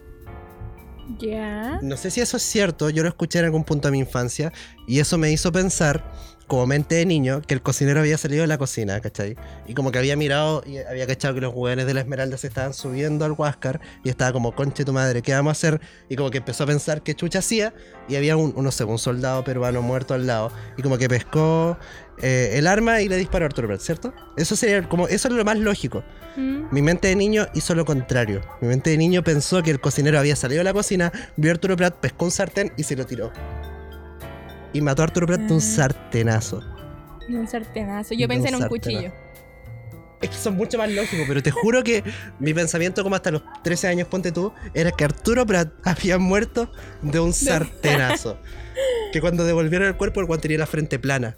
Speaker 3: ya.
Speaker 4: No sé si eso es cierto, yo lo escuché en algún punto de mi infancia y eso me hizo pensar, como mente de niño, que el cocinero había salido de la cocina, ¿cachai? Y como que había mirado y había cachado que los jugadores de la Esmeralda se estaban subiendo al Huáscar y estaba como, conche tu madre, ¿qué vamos a hacer? Y como que empezó a pensar qué chucha hacía y había un, no sé, un soldado peruano muerto al lado y como que pescó eh, el arma y le disparó a Arturo Prat, ¿cierto? Eso sería como, eso es lo más lógico.
Speaker 3: Mm.
Speaker 4: Mi mente de niño hizo lo contrario. Mi mente de niño pensó que el cocinero había salido de la cocina, vio a Arturo Prat, pescó un sartén y se lo tiró. Y mató a Arturo Prat de un
Speaker 3: Ah.
Speaker 4: sartenazo.
Speaker 3: De un sartenazo. Yo
Speaker 4: De
Speaker 3: pensé en
Speaker 4: un
Speaker 3: un
Speaker 4: sartenazo.
Speaker 3: cuchillo.
Speaker 4: Es que son mucho más lógicos, pero te juro que mi pensamiento, como hasta los 13 años, ponte tú, era que Arturo Prat había muerto de un sartenazo. que cuando devolvieron el cuerpo, el guante tenía la frente plana.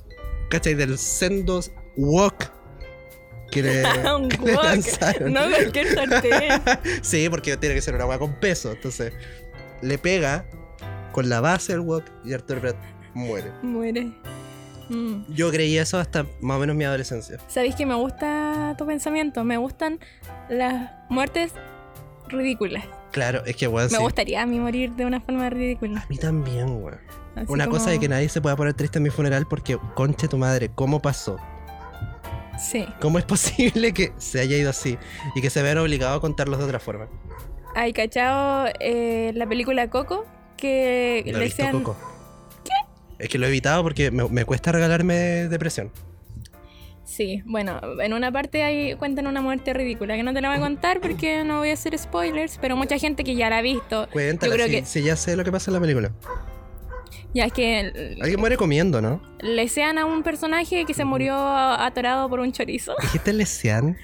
Speaker 4: ¿Cachai? Del sendo walk que le,
Speaker 3: un
Speaker 4: que le
Speaker 3: wok.
Speaker 4: lanzaron.
Speaker 3: No cualquier sartén.
Speaker 4: Sí, porque tiene que ser una agua con peso. Entonces, le pega con la base del wok y Arturo Prat muere.
Speaker 3: Muere. Mm.
Speaker 4: Yo creí eso hasta más o menos mi adolescencia.
Speaker 3: Sabéis que me gusta tu pensamiento. Me gustan las muertes ridículas.
Speaker 4: Claro, es que, weón,
Speaker 3: Me
Speaker 4: sí.
Speaker 3: gustaría a mí morir de una forma ridícula.
Speaker 4: A mí también, weón.
Speaker 3: Así
Speaker 4: Una cosa
Speaker 3: como-
Speaker 4: de que nadie se pueda poner triste en mi funeral porque, conche tu madre, ¿cómo pasó?
Speaker 3: Sí.
Speaker 4: ¿Cómo es posible que se haya ido así y que se vean obligados a contarlos de otra forma?
Speaker 3: ¿Hay cachado eh, la película Coco? Que
Speaker 4: No he
Speaker 3: le
Speaker 4: visto
Speaker 3: decían-
Speaker 4: Coco. Es que lo he evitado porque me, me cuesta regalarme depresión.
Speaker 3: Sí, bueno, en una parte ahí cuentan una muerte ridícula, que no te la voy a contar porque no voy a hacer spoilers, pero mucha gente que ya la ha visto,
Speaker 4: Cuéntala,
Speaker 3: creo
Speaker 4: si,
Speaker 3: que-
Speaker 4: si ya sé lo que pasa en la película.
Speaker 3: ya es que
Speaker 4: Alguien muere comiendo, ¿no?
Speaker 3: le sean a un personaje que se
Speaker 4: Ujú.
Speaker 3: murió atorado por un chorizo.
Speaker 4: ¿Dijiste lesean?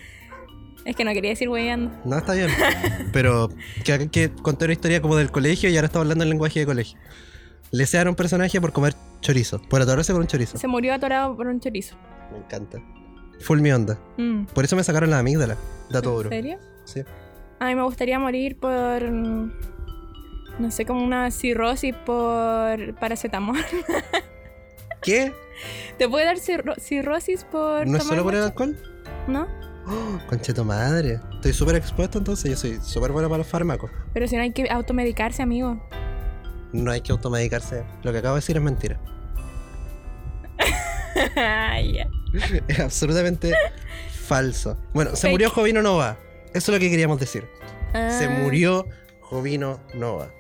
Speaker 3: Es que no quería decir weyando.
Speaker 4: No, está bien. Pero que, que conté una historia como del colegio y ahora estaba hablando en lenguaje de colegio. Lesear a un personaje por comer chorizo, por atorarse con un chorizo.
Speaker 3: Se murió atorado por un chorizo.
Speaker 4: Me encanta. Full mi onda.
Speaker 3: Mm.
Speaker 4: Por eso me sacaron las amígdalas. Dato duro.
Speaker 3: ¿En serio?
Speaker 4: Sí.
Speaker 3: A mí me gustaría morir por... mm, No sé, como una cirrosis por paracetamol.
Speaker 4: ¿Qué?
Speaker 3: ¿Te puede dar cirro- cirrosis por
Speaker 4: ¿No
Speaker 3: tomar
Speaker 4: es solo por el
Speaker 3: mucho?
Speaker 4: alcohol?
Speaker 3: ¿No?
Speaker 4: ¡Oh, concheto madre. Estoy súper expuesto entonces, yo soy súper bueno para los fármacos.
Speaker 3: Pero si no hay que automedicarse, amigo.
Speaker 4: No hay que automedicarse. Lo que acabo de decir es mentira.
Speaker 3: Ya.
Speaker 4: Es absolutamente falso. Bueno, se
Speaker 3: Fake.
Speaker 4: murió Jovino Nova. Eso es lo que queríamos decir. Se
Speaker 3: Ah.
Speaker 4: murió Jovino Nova.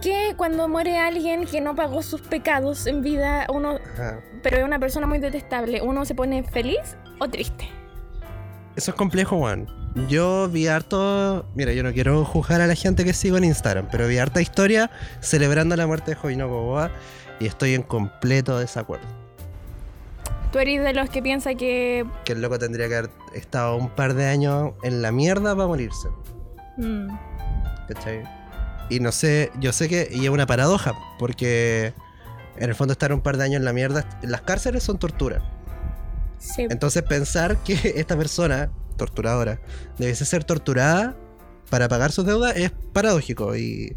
Speaker 3: Que cuando muere alguien que no pagó sus pecados en vida, uno,
Speaker 4: Ajá.
Speaker 3: pero es una persona muy detestable, ¿uno se pone feliz o triste?
Speaker 4: Eso es complejo, Juan. Yo vi harto. Mira, yo no quiero juzgar a la gente que sigo en Instagram, pero vi harta historia celebrando la muerte de Jovino Boboa y estoy en completo desacuerdo.
Speaker 3: Tú eres de los que piensa que...
Speaker 4: Que el loco tendría que haber estado un par de años en la mierda para morirse.
Speaker 3: mm,
Speaker 4: ¿cachai? Y no sé, yo sé que, y es una paradoja, porque en el fondo estar un par de años en la mierda, las cárceles son tortura.
Speaker 3: sí.
Speaker 4: Entonces pensar que esta persona, torturadora, debiese ser torturada para pagar sus deudas es paradójico. Y,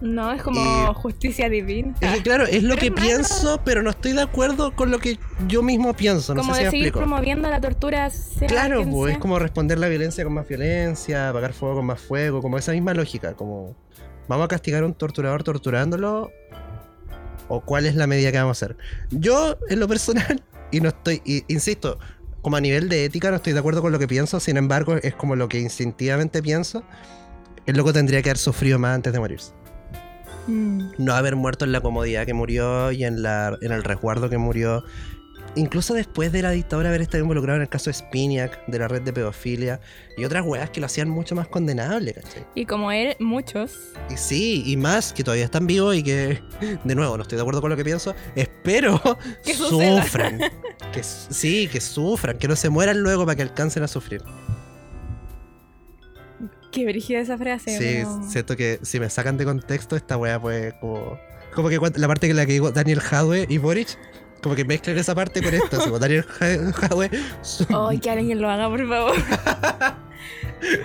Speaker 3: No, es como
Speaker 4: Y-
Speaker 3: justicia divina.
Speaker 4: es que, claro, es lo
Speaker 3: Pero
Speaker 4: que
Speaker 3: es malo.
Speaker 4: pienso, pero no estoy de acuerdo con lo que yo mismo pienso. No
Speaker 3: como
Speaker 4: sé si
Speaker 3: de
Speaker 4: me
Speaker 3: seguir
Speaker 4: explico.
Speaker 3: promoviendo la tortura. sea
Speaker 4: Claro,
Speaker 3: quien
Speaker 4: po, es
Speaker 3: sea.
Speaker 4: como responder la violencia con más violencia, apagar fuego con más fuego, como esa misma lógica, como vamos a castigar a un torturador torturándolo o cuál es la medida que vamos a hacer. Yo en lo personal y no estoy y- insisto, como a nivel de ética no estoy de acuerdo con lo que pienso, sin embargo, es como lo que instintivamente pienso. El loco tendría que haber sufrido más antes de morirse.
Speaker 3: Mm.
Speaker 4: No haber muerto en la comodidad que murió y en, la, en el resguardo que murió incluso después de la dictadura haber estado involucrado en el caso de Spiniak, de la red de pedofilia y otras weas que lo hacían mucho más condenable, ¿cachai?
Speaker 3: Y como él, muchos.
Speaker 4: Y sí, y más que todavía están vivos y que, de nuevo, no estoy de acuerdo con lo que pienso, espero
Speaker 3: Que suceda.
Speaker 4: sufran. Que, s- sí, que sufran, que no se mueran luego para que alcancen a sufrir.
Speaker 3: Qué brígida esa frase.
Speaker 4: Sí,
Speaker 3: weón.
Speaker 4: siento que si me sacan de contexto, esta wea pues como... Como que cuan- la parte que la que digo Daniel Hadwe y Boric, como que mezclan esa parte con esta, así como Daniel Ha- Hadwe... su-
Speaker 3: Ay, que alguien lo haga, por favor.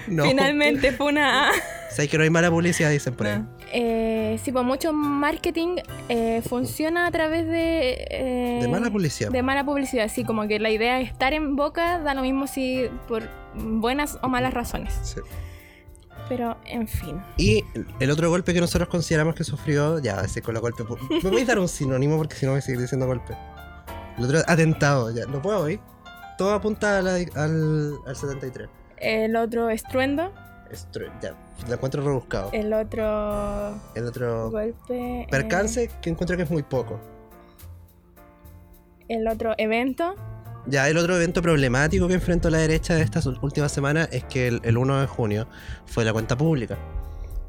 Speaker 4: no.
Speaker 3: Finalmente fue una...
Speaker 4: Sabes que no hay mala publicidad, dicen por ahí.
Speaker 3: Eh, sí, pues mucho marketing eh, funciona a través de... eh,
Speaker 4: De mala publicidad.
Speaker 3: De mala publicidad, sí, como que la idea es estar en boca, da lo mismo si por buenas o malas razones.
Speaker 4: Sí.
Speaker 3: Pero, en fin.
Speaker 4: Y el otro golpe que nosotros consideramos que sufrió, ya, ese con la golpe. ¿Me podéis dar un sinónimo? Porque si no voy a seguir diciendo golpe. El otro, atentado, ya, no puedo ir. Todo apunta a la- al, al 73.
Speaker 3: El otro estruendo,
Speaker 4: Estru- ya, lo encuentro rebuscado.
Speaker 3: el otro
Speaker 4: El otro
Speaker 3: golpe. eh,
Speaker 4: percance, que encuentro que es muy poco.
Speaker 3: eh, el otro evento.
Speaker 4: Ya, el otro evento problemático que enfrentó la derecha de estas últimas semanas es que el, el 1 de junio fue la cuenta pública,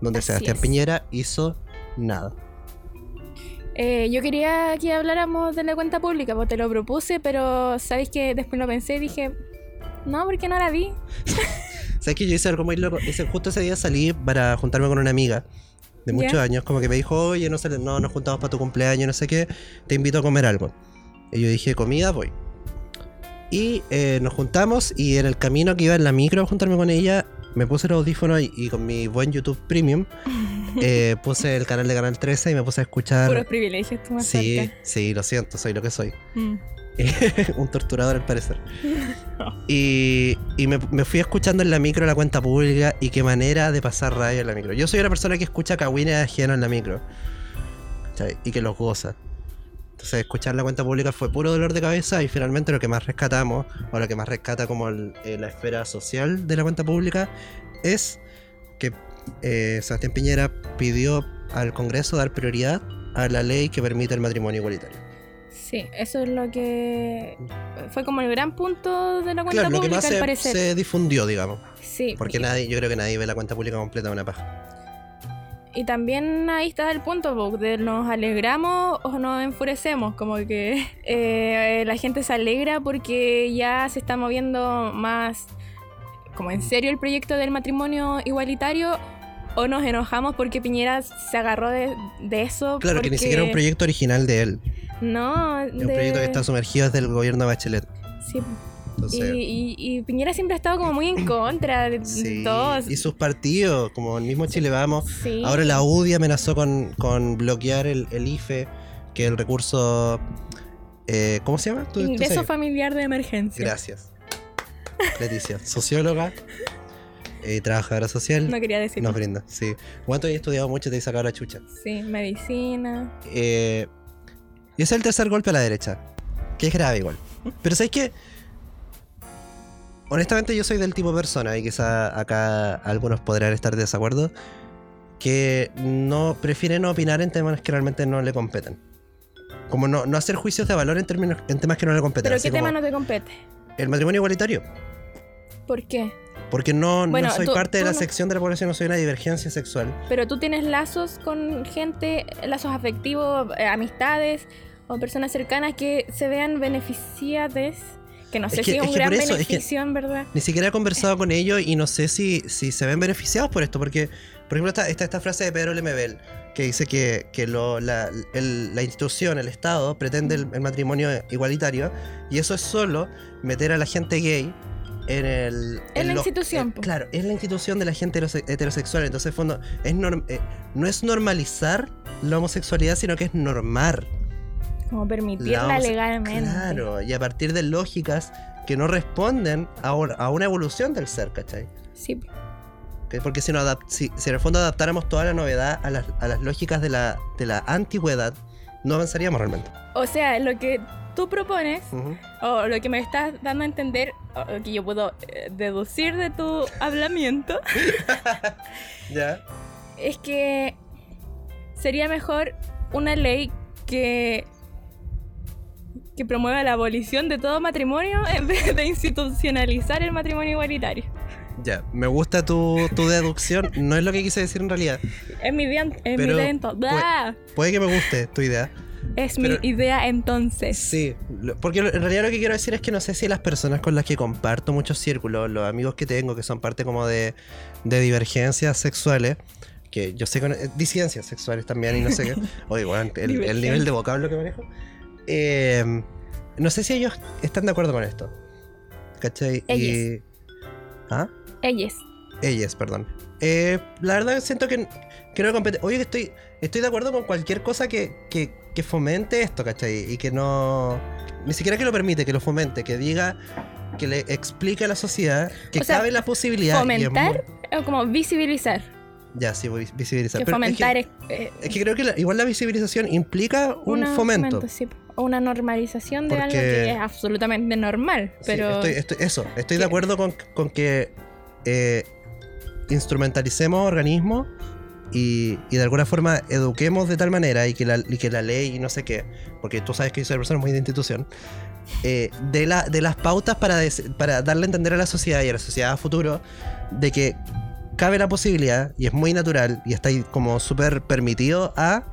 Speaker 4: donde
Speaker 3: Así
Speaker 4: Sebastián
Speaker 3: es.
Speaker 4: Piñera hizo nada.
Speaker 3: Eh, yo quería que habláramos de la cuenta pública, pues te lo propuse, pero sabéis que después lo pensé y dije, no, porque no la vi.
Speaker 4: ¿Sabes que yo hice algo muy loco? Ese- justo ese día salí para juntarme con una amiga de muchos
Speaker 3: Ya.
Speaker 4: años, como que me dijo, oye, no, sale- no nos juntamos para tu cumpleaños, no sé qué, te invito a comer algo. Y yo dije, comida, voy. Y eh, nos juntamos y en el camino que iba en la micro a juntarme con ella, me puse los audífonos y, y con mi buen YouTube Premium eh, puse el canal de Canal 13 y me puse a
Speaker 3: Puros
Speaker 4: escuchar...
Speaker 3: privilegios, tú más
Speaker 4: Sí,
Speaker 3: cerca.
Speaker 4: sí, lo siento, soy lo que soy.
Speaker 3: Mm.
Speaker 4: un torturador al parecer. Y, y me, me fui escuchando en la micro la cuenta pública y qué manera de pasar radio en la micro. Yo soy una persona que escucha cagüines ajeno en la micro. ¿cachai? Y que los goza. Entonces escuchar la cuenta pública fue puro dolor de cabeza y finalmente lo que más rescatamos, o lo que más rescata como el- eh, la esfera social de la cuenta pública, es que eh, Sebastián Piñera pidió al Congreso dar prioridad a la ley que permite el matrimonio igualitario.
Speaker 3: Sí, eso es lo que fue como el gran punto de la cuenta
Speaker 4: Claro, lo que
Speaker 3: pública,
Speaker 4: más
Speaker 3: al
Speaker 4: se,
Speaker 3: parecer.
Speaker 4: se difundió, digamos.
Speaker 3: Sí,
Speaker 4: Porque nadie, yo creo que nadie ve la cuenta pública completa de una paja.
Speaker 3: y también ahí está el punto, po, de nos alegramos o nos enfurecemos, como que eh, la gente se alegra porque ya se está moviendo más como en serio el proyecto del matrimonio igualitario o nos enojamos porque Piñera se agarró de, de eso.
Speaker 4: Claro, que ni siquiera es un
Speaker 3: porque-
Speaker 4: proyecto original de él.
Speaker 3: No,
Speaker 4: Es un proyecto que está sumergido desde el gobierno de Bachelet.
Speaker 3: sí, y,
Speaker 4: Entonces,
Speaker 3: y- y Piñera siempre ha estado como muy en contra de
Speaker 4: sí.
Speaker 3: todos.
Speaker 4: Y sus partidos, como el mismo Chile Vamos.
Speaker 3: Sí.
Speaker 4: Ahora la UDI amenazó con, con bloquear el, el IFE, que es el recurso Eh, ¿Cómo se llama? ¿Tú- tú
Speaker 3: Ingreso
Speaker 4: sabes?
Speaker 3: familiar de emergencia.
Speaker 4: Gracias. Leticia, socióloga y trabajadora social.
Speaker 3: No quería decirlo.
Speaker 4: Nos brinda, sí. ¿Cuánto he estudiado mucho? Te he sacado la chucha.
Speaker 3: Sí, medicina.
Speaker 4: Eh, y ese es el tercer golpe a la derecha. Que es grave igual. Pero ¿sabes qué? Honestamente yo soy del tipo de persona, y quizá acá algunos podrán estar de desacuerdo, que no prefieren no opinar en temas que realmente no le competen. Como no, no hacer juicios de valor en, términos, en temas que no le competen.
Speaker 3: ¿Pero
Speaker 4: así
Speaker 3: qué tema
Speaker 4: como
Speaker 3: no te compete?
Speaker 4: El matrimonio igualitario.
Speaker 3: ¿Por qué?
Speaker 4: Porque no, no
Speaker 3: Bueno,
Speaker 4: soy
Speaker 3: tú-
Speaker 4: parte de
Speaker 3: tú
Speaker 4: la
Speaker 3: no-
Speaker 4: sección de la población, no soy una divergencia sexual.
Speaker 3: Pero tú tienes lazos con gente, lazos afectivos, eh, amistades o personas cercanas que se vean beneficiadas. Que no sé
Speaker 4: Es que-
Speaker 3: si es
Speaker 4: es
Speaker 3: un
Speaker 4: que
Speaker 3: gran
Speaker 4: por eso, es que-
Speaker 3: beneficio, en verdad.
Speaker 4: Ni siquiera he conversado con ellos y no sé si, si se ven beneficiados por esto, porque, por ejemplo, está, está esta frase de Pedro Lemebel, que dice que, que lo- la, el- la institución, el Estado, pretende el, el matrimonio igualitario, y eso es solo meter a la gente gay en el...
Speaker 3: En la
Speaker 4: lo-
Speaker 3: institución,
Speaker 4: eh,
Speaker 3: po.
Speaker 4: claro, es la institución de la gente herose- heterosexual, entonces, en fondo, es norm- eh, no es normalizar la homosexualidad, sino que es normar.
Speaker 3: Como
Speaker 4: La
Speaker 3: permitirla
Speaker 4: vamos a-
Speaker 3: legalmente.
Speaker 4: Claro, y a partir de lógicas que no responden a, un- a una evolución del ser, ¿cachai?
Speaker 3: Sí,
Speaker 4: Que- Porque si, no adap- si, si en el fondo adaptáramos toda la novedad a las, a las lógicas de la, de la antigüedad, no avanzaríamos realmente.
Speaker 3: O sea, lo que tú propones,
Speaker 4: Ujú.
Speaker 3: o lo que me estás dando a entender, o o que yo puedo eh, deducir de tu hablamiento,
Speaker 4: Ya.
Speaker 3: es que sería mejor una ley que que promueva la abolición de todo matrimonio en vez de institucionalizar el matrimonio igualitario.
Speaker 4: Ya, me gusta tu, tu deducción. No es lo que quise decir en realidad.
Speaker 3: Es mi idea, en- es mi
Speaker 4: Pero,
Speaker 3: idea entonces.
Speaker 4: pues- Puede que me guste tu idea.
Speaker 3: Es
Speaker 4: pero-
Speaker 3: mi idea entonces.
Speaker 4: Sí, lo- porque lo- en realidad lo que quiero decir es que no sé si las personas con las que comparto muchos círculos, los amigos que tengo que son parte como de, de divergencias sexuales, que yo sé que... no- eh, disidencias sexuales también y no sé qué. Oye, weón, el, el nivel de vocablo que manejo. Eh, no sé si ellos están de acuerdo con esto. ¿Cachai? Y...
Speaker 3: Ellas.
Speaker 4: ¿Ah?
Speaker 3: Ellas.
Speaker 4: Ellas, perdón. Eh, la verdad siento que, que no compete. Oye, que estoy, estoy de acuerdo con cualquier cosa que, que- que fomente esto, ¿cachai? Y que no... Ni siquiera que lo permite, que lo fomente, que diga, que le explique a la sociedad que
Speaker 3: O sea,
Speaker 4: cabe la posibilidad... y es
Speaker 3: fomentar
Speaker 4: muy-
Speaker 3: O como visibilizar.
Speaker 4: Ya, sí, voy a visibilizar.
Speaker 3: Que
Speaker 4: Pero es
Speaker 3: fomentar
Speaker 4: que-
Speaker 3: es, eh,
Speaker 4: Es que, creo que la- igual la visibilización implica un
Speaker 3: Una-
Speaker 4: fomento.
Speaker 3: sí, o una normalización de algo
Speaker 4: Porque-
Speaker 3: que es absolutamente normal,
Speaker 4: Sí,
Speaker 3: pero
Speaker 4: estoy- estoy- eso, estoy
Speaker 3: que-
Speaker 4: de acuerdo con, con que eh, instrumentalicemos organismos y, y de alguna forma eduquemos de tal manera y que la, y que la ley y no sé qué, porque tú sabes que yo soy una persona muy de institución, eh, de, la, de las pautas para, des- para darle a entender a la sociedad y a la sociedad a futuro de que cabe la posibilidad y es muy natural y está ahí como súper permitido a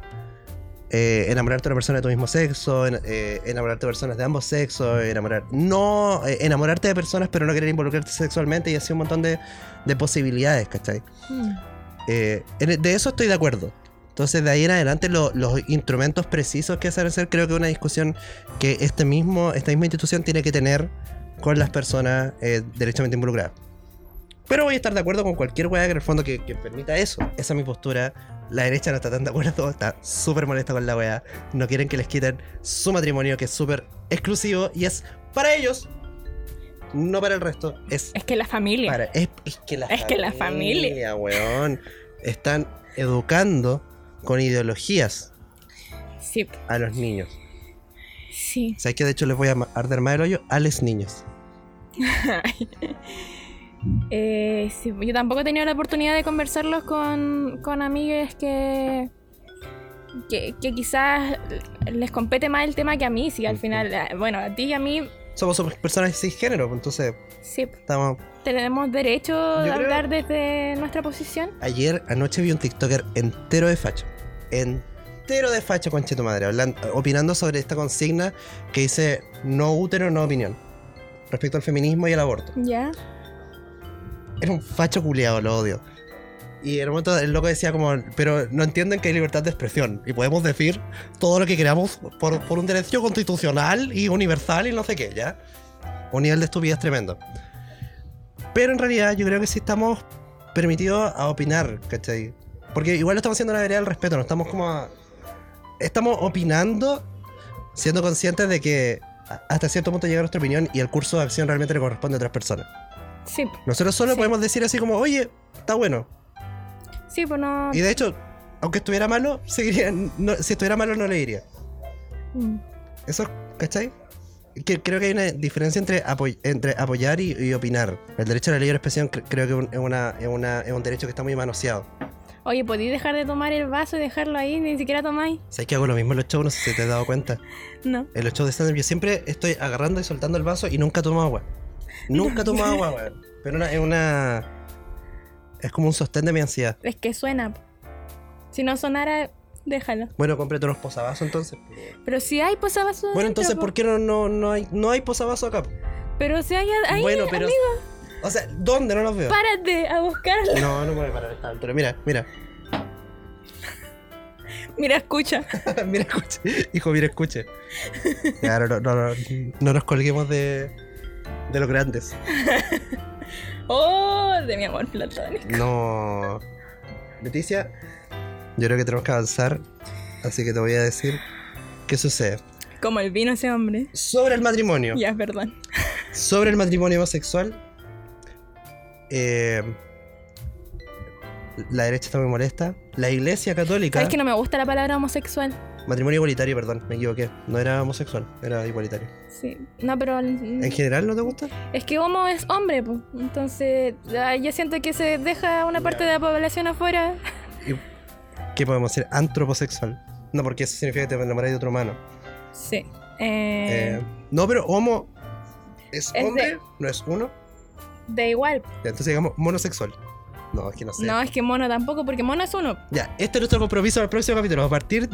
Speaker 4: eh, enamorarte de una persona de tu mismo sexo, en- eh, enamorarte de personas de ambos sexos, enamorar, no eh, enamorarte de personas pero no querer involucrarte sexualmente y así un montón de, de posibilidades, ¿cachai?
Speaker 3: Mm.
Speaker 4: Eh, en- de eso estoy de acuerdo. Entonces de ahí en adelante lo- los instrumentos precisos que se deben hacer creo que es una discusión que este mismo, esta misma institución tiene que tener con las personas eh, derechamente involucradas. Pero voy a estar de acuerdo con cualquier weá que en el fondo que, que permita eso. Esa es mi postura. La derecha no está tan de acuerdo, está súper molesta con la weá. No quieren que les quiten su matrimonio, que es súper exclusivo y es para ellos, no para el resto. Es,
Speaker 3: es que la familia.
Speaker 4: para. Es, es que la
Speaker 3: Es que la familia.
Speaker 4: weón. Están educando con ideologías
Speaker 3: Sí,
Speaker 4: a los niños.
Speaker 3: sí.
Speaker 4: ¿Sabes que de hecho les voy a ma- arder más el hoyo? A los niños.
Speaker 3: Eh, sí, Yo tampoco he tenido la oportunidad de conversarlos con, con amigues que, que, que quizás les compete más el tema que a mí, sí, al
Speaker 4: Ujú.
Speaker 3: final, eh, bueno, a ti y a mí,
Speaker 4: Somos, somos personas cisgénero, entonces
Speaker 3: sí,
Speaker 4: estamos
Speaker 3: tenemos derecho de
Speaker 4: creo-
Speaker 3: hablar desde nuestra posición.
Speaker 4: Ayer, anoche vi un TikToker entero de facho. Entero de facho, conche tu madre. hablan- opinando sobre esta consigna que dice no útero, no opinión. Respecto al feminismo y al aborto.
Speaker 3: Ya.
Speaker 4: Era un facho culiado, lo odio. Y en un momento el loco decía como, pero no entienden que hay libertad de expresión y podemos decir todo lo que queramos por, por un derecho constitucional y universal y no sé qué, ¿ya? Un nivel de estupidez tremendo. Pero en realidad yo creo que sí estamos permitidos a opinar, ¿cachai? Porque igual lo estamos haciendo en la vereda del respeto, no estamos como... a- estamos opinando siendo conscientes de que a- hasta cierto punto llega nuestra opinión y el curso de acción realmente le corresponde a otras personas.
Speaker 3: Sí,
Speaker 4: Nosotros solo
Speaker 3: Sí.
Speaker 4: podemos decir así como, oye, está bueno.
Speaker 3: sí, pues no.
Speaker 4: Y de hecho, aunque estuviera malo, seguiría, no- si estuviera malo no le diría.
Speaker 3: Mm.
Speaker 4: Eso, ¿cachai? Que, creo que hay una diferencia entre, apoy- entre apoyar y, y opinar. El derecho a la libre expresión cre- creo que un- es, una, es, una- es un derecho que está muy manoseado.
Speaker 3: Oye, ¿podéis dejar de tomar el vaso y dejarlo ahí? Ni siquiera tomáis.
Speaker 4: ¿Sabes que hago lo mismo en los shows? No sé si te has dado cuenta.
Speaker 3: No.
Speaker 4: En los shows de stand-up yo siempre estoy agarrando y soltando el vaso y nunca tomo agua. Nunca tomo agua, weón. Pero una- es una... Es como un sostén de mi ansiedad.
Speaker 3: Es que suena. Si no sonara, déjalo.
Speaker 4: Bueno, cómprate unos posavasos entonces.
Speaker 3: Pero si hay pues, posavasos.
Speaker 4: Bueno, entonces, ¿por qué no, no, no hay, no hay posavasos acá?
Speaker 3: Pero si hay ahí,
Speaker 4: bueno, pero... O sea, ¿dónde? No los veo.
Speaker 3: párate a buscarlo.
Speaker 4: No, no me voy a parar a esta altura. Mira, mira.
Speaker 3: Mira, escucha.
Speaker 4: mira, escuche. Hijo, mira, escuche. Claro, no, no, no, no nos colguemos de, de los grandes.
Speaker 3: Oh, de mi amor platónico.
Speaker 4: No. Leticia, yo creo que tenemos que avanzar. Así que te voy a decir qué sucede.
Speaker 3: Como el vino ese hombre.
Speaker 4: Sobre el matrimonio.
Speaker 3: Ya, perdón.
Speaker 4: Sobre el matrimonio homosexual. eh, la derecha está muy molesta. La iglesia católica.
Speaker 3: Sabes que no me gusta la palabra homosexual.
Speaker 4: Matrimonio igualitario, perdón, me equivoqué. No era homosexual, era igualitario.
Speaker 3: Sí. No, pero. mm,
Speaker 4: ¿En general no te gusta?
Speaker 3: Es que homo es hombre, pues. Entonces, ah, yo siento que se deja una parte de la población afuera.
Speaker 4: ¿Qué podemos decir? Antroposexual. No, porque eso significa que te enamoráis de otro humano.
Speaker 3: Sí.
Speaker 4: Eh,
Speaker 3: Eh,
Speaker 4: no, pero homo es,
Speaker 3: de-
Speaker 4: hombre, no es uno.
Speaker 3: Da igual.
Speaker 4: Ya, entonces digamos monosexual. No, es que no sé.
Speaker 3: No, es que mono tampoco, porque mono es uno.
Speaker 4: Ya, este es nuestro compromiso para el próximo capítulo. Vamos a partir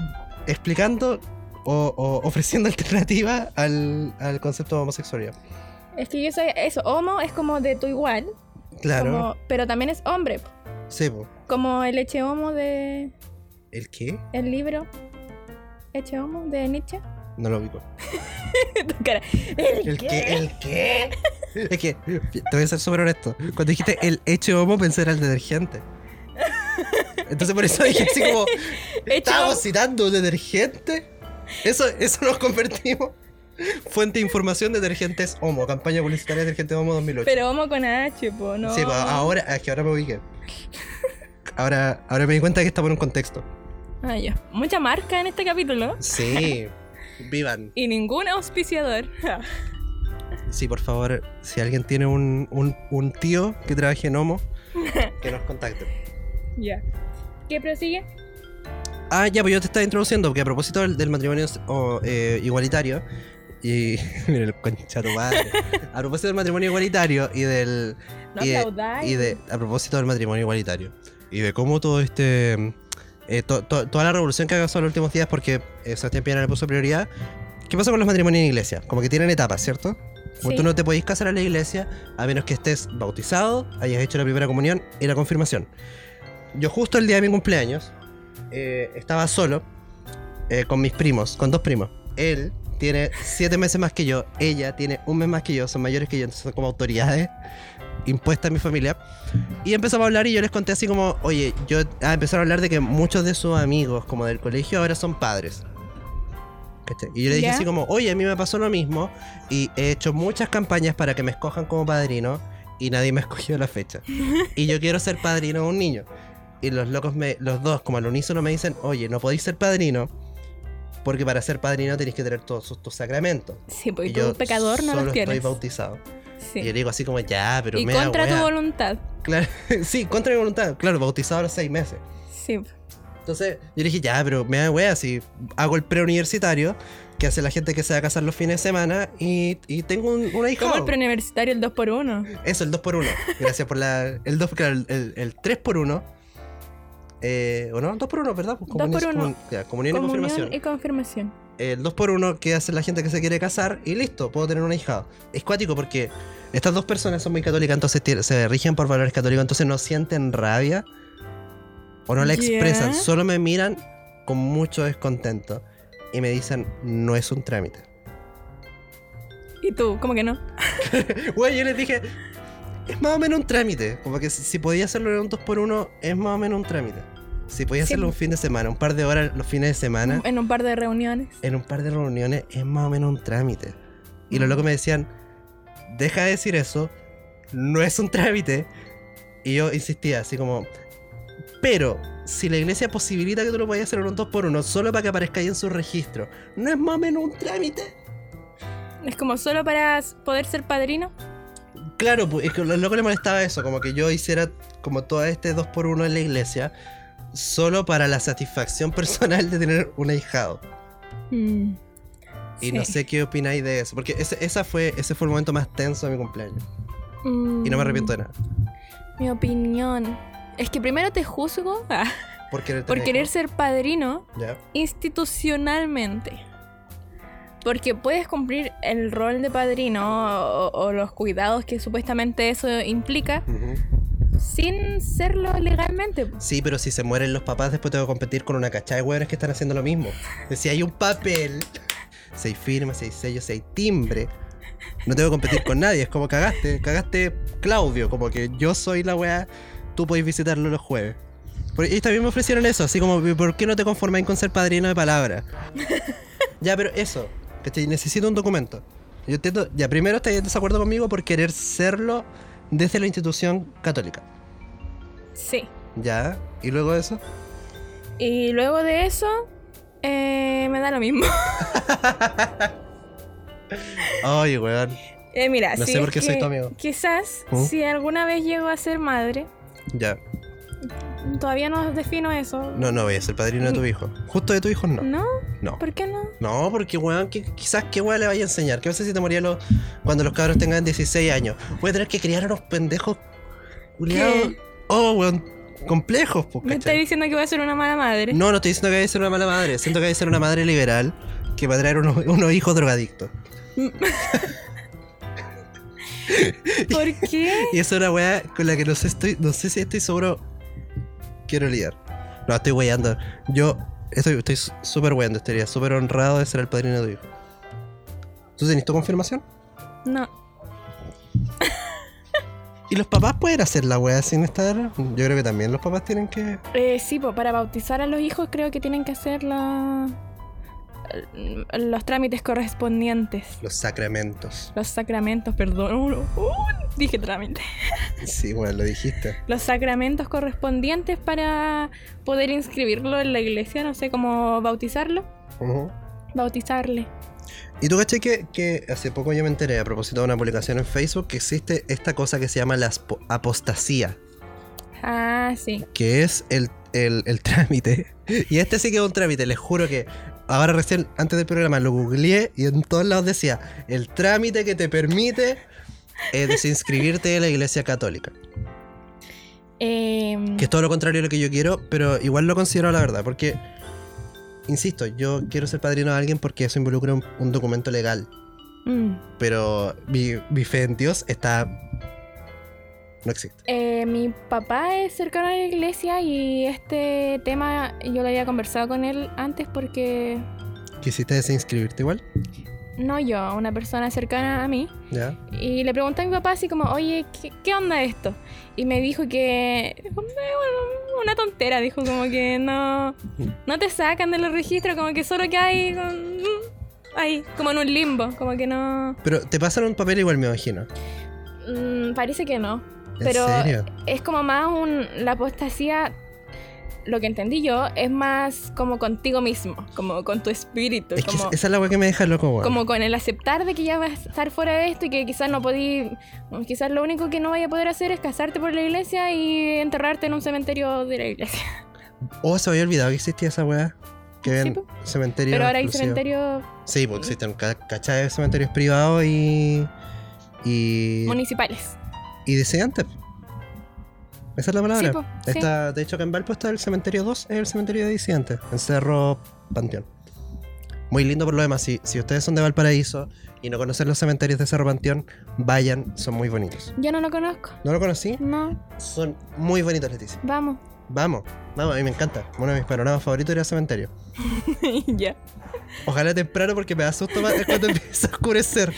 Speaker 4: explicando o, o ofreciendo alternativa al, al concepto de homosexualidad.
Speaker 3: Es que yo soy eso. Homo es como de tu igual.
Speaker 4: Claro.
Speaker 3: como- pero también es hombre.
Speaker 4: Sí, po.
Speaker 3: Como el Eche Homo de.
Speaker 4: ¿El qué?
Speaker 3: El libro. Eche Homo de Nietzsche.
Speaker 4: No lo ubico.
Speaker 3: Tu cara. ¿El,
Speaker 4: ¿El
Speaker 3: qué?
Speaker 4: qué? ¿El qué? Es que, te voy a ser súper honesto. Cuando dijiste el hecho homo, pensé era el detergente. Entonces por eso dije así como,
Speaker 3: Hecho
Speaker 4: ¿estamos
Speaker 3: homo.
Speaker 4: citando un detergente? Eso, eso nos convertimos. Fuente de información detergentes homo. Campaña publicitaria detergente homo 2008.
Speaker 3: Pero homo con H, po, no.
Speaker 4: Sí, pues, ahora, es que ahora me ubiqué. Ahora, ahora me di cuenta que está por un contexto.
Speaker 3: Ay, ya. Mucha marca en este capítulo.
Speaker 4: Sí. Vivan.
Speaker 3: Y ningún auspiciador.
Speaker 4: Sí, por favor, si alguien tiene un, un, un tío que trabaje en homo, que nos contacte.
Speaker 3: ya. ¿Qué prosigue?
Speaker 4: Ah, ya, pues yo te estaba introduciendo, porque a propósito del, del matrimonio o, eh, igualitario, y. Mira el concha de tu madre. A propósito del matrimonio igualitario y del.
Speaker 3: No
Speaker 4: y, de-
Speaker 3: aplaudáis.
Speaker 4: y de. A propósito del matrimonio igualitario. Y de cómo todo este. eh, to- to- toda la revolución que ha pasado en los últimos días, porque eh, Sebastián Piñera le puso prioridad. ¿Qué pasa con los matrimonios en iglesia? Como que tienen etapas, ¿cierto? Como
Speaker 3: Sí.
Speaker 4: tú no te podís casar a la iglesia a menos que estés bautizado, hayas hecho la primera comunión y la confirmación. Yo justo el día de mi cumpleaños eh, estaba solo eh, con mis primos, con dos primos. Él tiene siete meses más que yo, ella tiene un mes más que yo, son mayores que yo, entonces son como autoridades impuestas a mi familia. Y empezamos a hablar y yo les conté así como, oye, yo ah, empezaron a hablar de que muchos de sus amigos, como del colegio, ahora son padres. ¿Cachai? Y yo le dije
Speaker 3: Ya.
Speaker 4: así como, oye, a mí me pasó lo mismo y he hecho muchas campañas para que me escojan como padrino y nadie me ha escogido la fecha. Y yo quiero ser padrino de un niño. Y los locos, me, los dos, como al unísono, me dicen, oye, no podéis ser padrino porque para ser padrino tenéis que tener todos sus- tus sacramentos.
Speaker 3: Sí, pues
Speaker 4: Y
Speaker 3: y tú, pecador, no
Speaker 4: solo
Speaker 3: los
Speaker 4: estoy
Speaker 3: tienes.
Speaker 4: bautizado.
Speaker 3: Sí.
Speaker 4: Y yo le digo así como, ya, pero
Speaker 3: Y
Speaker 4: me da
Speaker 3: contra tu
Speaker 4: wea".
Speaker 3: voluntad.
Speaker 4: Claro, sí, contra mi voluntad. Claro, bautizado a los seis meses.
Speaker 3: Sí.
Speaker 4: Entonces yo le dije, ya, pero me da wea si hago el preuniversitario que hace la gente que se va a casar los fines de semana y, y tengo un- una hija.
Speaker 3: Como el preuniversitario, el 2x1.
Speaker 4: Eso, el 2x1. Gracias por la. El 2, claro, el- el, 3x1. Eh, ¿O no? 2x1, ¿verdad? Pues
Speaker 3: Dos por uno.
Speaker 4: comun- ya, comunión y confirmación.
Speaker 3: y confirmación.
Speaker 4: El 2x1 que hace la gente que se quiere casar y listo, puedo tener una hija. Es cuático porque estas dos personas son muy católicas, entonces tie- se rigen por valores católicos, entonces no sienten rabia o no la
Speaker 3: Ya.
Speaker 4: expresan, solo me miran con mucho descontento y me dicen, no es un trámite.
Speaker 3: ¿Y tú? ¿Cómo que no?
Speaker 4: Güey, yo les dije, es más o menos un trámite. Como que si, si podía hacerlo en un 2x1, es más o menos un trámite. Si podía
Speaker 3: Sí.
Speaker 4: hacerlo un fin de semana, un par de horas los fines de semana,
Speaker 3: En un par de reuniones.
Speaker 4: en un par de reuniones, es más o menos un trámite. Y los locos me decían, deja de decir eso, no es un trámite. Y yo insistía, así como, pero si la iglesia posibilita que tú lo puedas hacer en un 2x1 solo para que aparezca ahí en su registro, ¿no es más o menos un trámite?
Speaker 3: Es como solo para poder ser padrino.
Speaker 4: Claro, pues, es que a los locos les molestaba eso, como que yo hiciera como todo este 2x1 en la iglesia, solo para la satisfacción personal de tener un ahijado. Y no sé qué opináis de eso, porque ese, esa fue, ese fue el momento más tenso de mi cumpleaños. Y no me arrepiento de nada.
Speaker 3: Mm, Mi opinión. Es que primero te juzgo ah,
Speaker 4: Por querer
Speaker 3: por
Speaker 4: tener
Speaker 3: querer
Speaker 4: hijos.
Speaker 3: ser padrino
Speaker 4: Ya.
Speaker 3: institucionalmente. Porque puedes cumplir el rol de padrino o, o los cuidados que supuestamente eso implica
Speaker 4: Ujú.
Speaker 3: sin serlo legalmente.
Speaker 4: Sí, pero si se mueren los papás, después tengo que competir con una cachada de hueones que están haciendo lo mismo. Si hay un papel, seis firmas, seis sellos, seis timbre. No tengo que competir con nadie, es como cagaste, cagaste Claudio, como que yo soy la weá, tú podéis visitarlo los jueves. Por- Y también me ofrecieron eso, así como, ¿por qué no te conformáis con ser padrino de palabra? ya, pero eso, ¿cachai? Necesito un documento. Yo entiendo, ya primero estáis en desacuerdo conmigo por querer serlo desde la institución católica.
Speaker 3: Sí.
Speaker 4: Ya, y luego eso.
Speaker 3: Y luego de eso, eh, me da lo mismo.
Speaker 4: Ay, weón.
Speaker 3: Eh, mira,
Speaker 4: No
Speaker 3: si
Speaker 4: sé
Speaker 3: es
Speaker 4: por qué soy tu amigo.
Speaker 3: Quizás
Speaker 4: ¿Mm?
Speaker 3: si alguna vez llego a ser madre,
Speaker 4: Ya.
Speaker 3: todavía no defino eso.
Speaker 4: No, no voy a ser padrino de tu hijo. Justo de tu hijo, no.
Speaker 3: ¿No?
Speaker 4: No.
Speaker 3: ¿Por qué no?
Speaker 4: No, porque, weón, que- quizás qué weón le vaya a enseñar. ¿Qué pasa si te moría los- cuando los cabros tengan 16 años? Voy a tener que criar a unos pendejos. culiados.
Speaker 3: ¿Qué?
Speaker 4: Oh, weón. Complejos, pues,
Speaker 3: Me está
Speaker 4: ¿cachai?
Speaker 3: diciendo que voy a ser una mala madre.
Speaker 4: No, no estoy diciendo que vaya a ser una mala madre. Siento que vaya a ser una madre liberal que va a traer unos, unos hijos drogadictos.
Speaker 3: ¿Por qué?
Speaker 4: Y esa es una weá con la que no sé, estoy, no sé si estoy seguro. Quiero lidiar. No, estoy weyando. Yo estoy estoy su- súper weyando, estaría súper honrado de ser el padrino de tu hijo. ¿Tú tenés tu confirmación?
Speaker 3: No.
Speaker 4: ¿Y los papás pueden hacer la weá sin estar? Yo creo que también los papás tienen que.
Speaker 3: Eh, sí, po, para bautizar a los hijos creo que tienen que hacer la... eh, los trámites correspondientes.
Speaker 4: Los sacramentos.
Speaker 3: Los sacramentos, perdón. Uh, uh, dije trámite.
Speaker 4: Sí, bueno, lo dijiste.
Speaker 3: Los sacramentos correspondientes para poder inscribirlo en la iglesia, no sé cómo bautizarlo.
Speaker 4: Ujú.
Speaker 3: Bautizarle.
Speaker 4: Y tú caché que, que hace poco yo me enteré a propósito de una publicación en Facebook que existe esta cosa que se llama la aspo- apostasía.
Speaker 3: Ah, sí.
Speaker 4: que es el, el- el trámite. Y este sí que es un trámite, les juro que ahora recién, antes del programa, lo googleé y en todos lados decía, el trámite que te permite eh, desinscribirte de la iglesia católica.
Speaker 3: Em,
Speaker 4: Que es todo lo contrario a lo que yo quiero, pero igual lo considero la verdad, porque, insisto, yo quiero ser padrino de alguien porque eso involucra un, un documento legal,
Speaker 3: mm.
Speaker 4: pero mi, mi fe en Dios está... No existe.
Speaker 3: Eh, mi papá es cercano a la iglesia y este tema yo lo había conversado con él antes porque
Speaker 4: ¿Quisiste desinscribirte igual?
Speaker 3: no yo, una persona cercana a mí.
Speaker 4: Ya.
Speaker 3: Y le pregunté a mi papá así como, oye, ¿qué, qué onda esto? Y me dijo que... "Eh, "Bueno, Una tontera, dijo como que no... No te sacan de los registros, como que solo que hay... mm, Ahí, como en un limbo, como que no...
Speaker 4: Pero te pasan un papel igual, me imagino.
Speaker 3: mm, parece que no.
Speaker 4: ¿En
Speaker 3: Pero
Speaker 4: serio?
Speaker 3: es como más un. La apostasía, lo que entendí yo, es más como contigo mismo, como con tu espíritu,
Speaker 4: Es que
Speaker 3: como,
Speaker 4: esa es la weá que me deja loco, weón.
Speaker 3: como con el aceptar de que ya vas a estar fuera de esto y que quizás no podí. Quizás lo único que no vaya a poder hacer es casarte por la iglesia y enterrarte en un cementerio de la iglesia.
Speaker 4: Oh, se me había olvidado que existía esa weá. Que
Speaker 3: Sí,
Speaker 4: ven
Speaker 3: po.
Speaker 4: cementerios.
Speaker 3: Pero ahora hay
Speaker 4: exclusivos.
Speaker 3: cementerios
Speaker 4: Sí, pues existen ca- cachai de cementerios privados y. Y.
Speaker 3: municipales.
Speaker 4: Y deseantes. Esa es la palabra.
Speaker 3: Sí, po, sí.
Speaker 4: Está- de hecho, acá en Valpo está el cementerio 2, es el cementerio de disidentes, en Cerro Panteón. Muy lindo por lo demás. Si, si ustedes son de Valparaíso y no conocen los cementerios de Cerro Panteón, vayan, son muy bonitos.
Speaker 3: Yo no lo conozco.
Speaker 4: ¿No lo conocí?
Speaker 3: No,
Speaker 4: Son muy bonitos, Leticia.
Speaker 3: vamos.
Speaker 4: Vamos, vamos, a mí me encanta. Uno de mis panoramas favoritos era el cementerio.
Speaker 3: ya.
Speaker 4: Ojalá temprano porque me da susto más cuando empieza a oscurecer.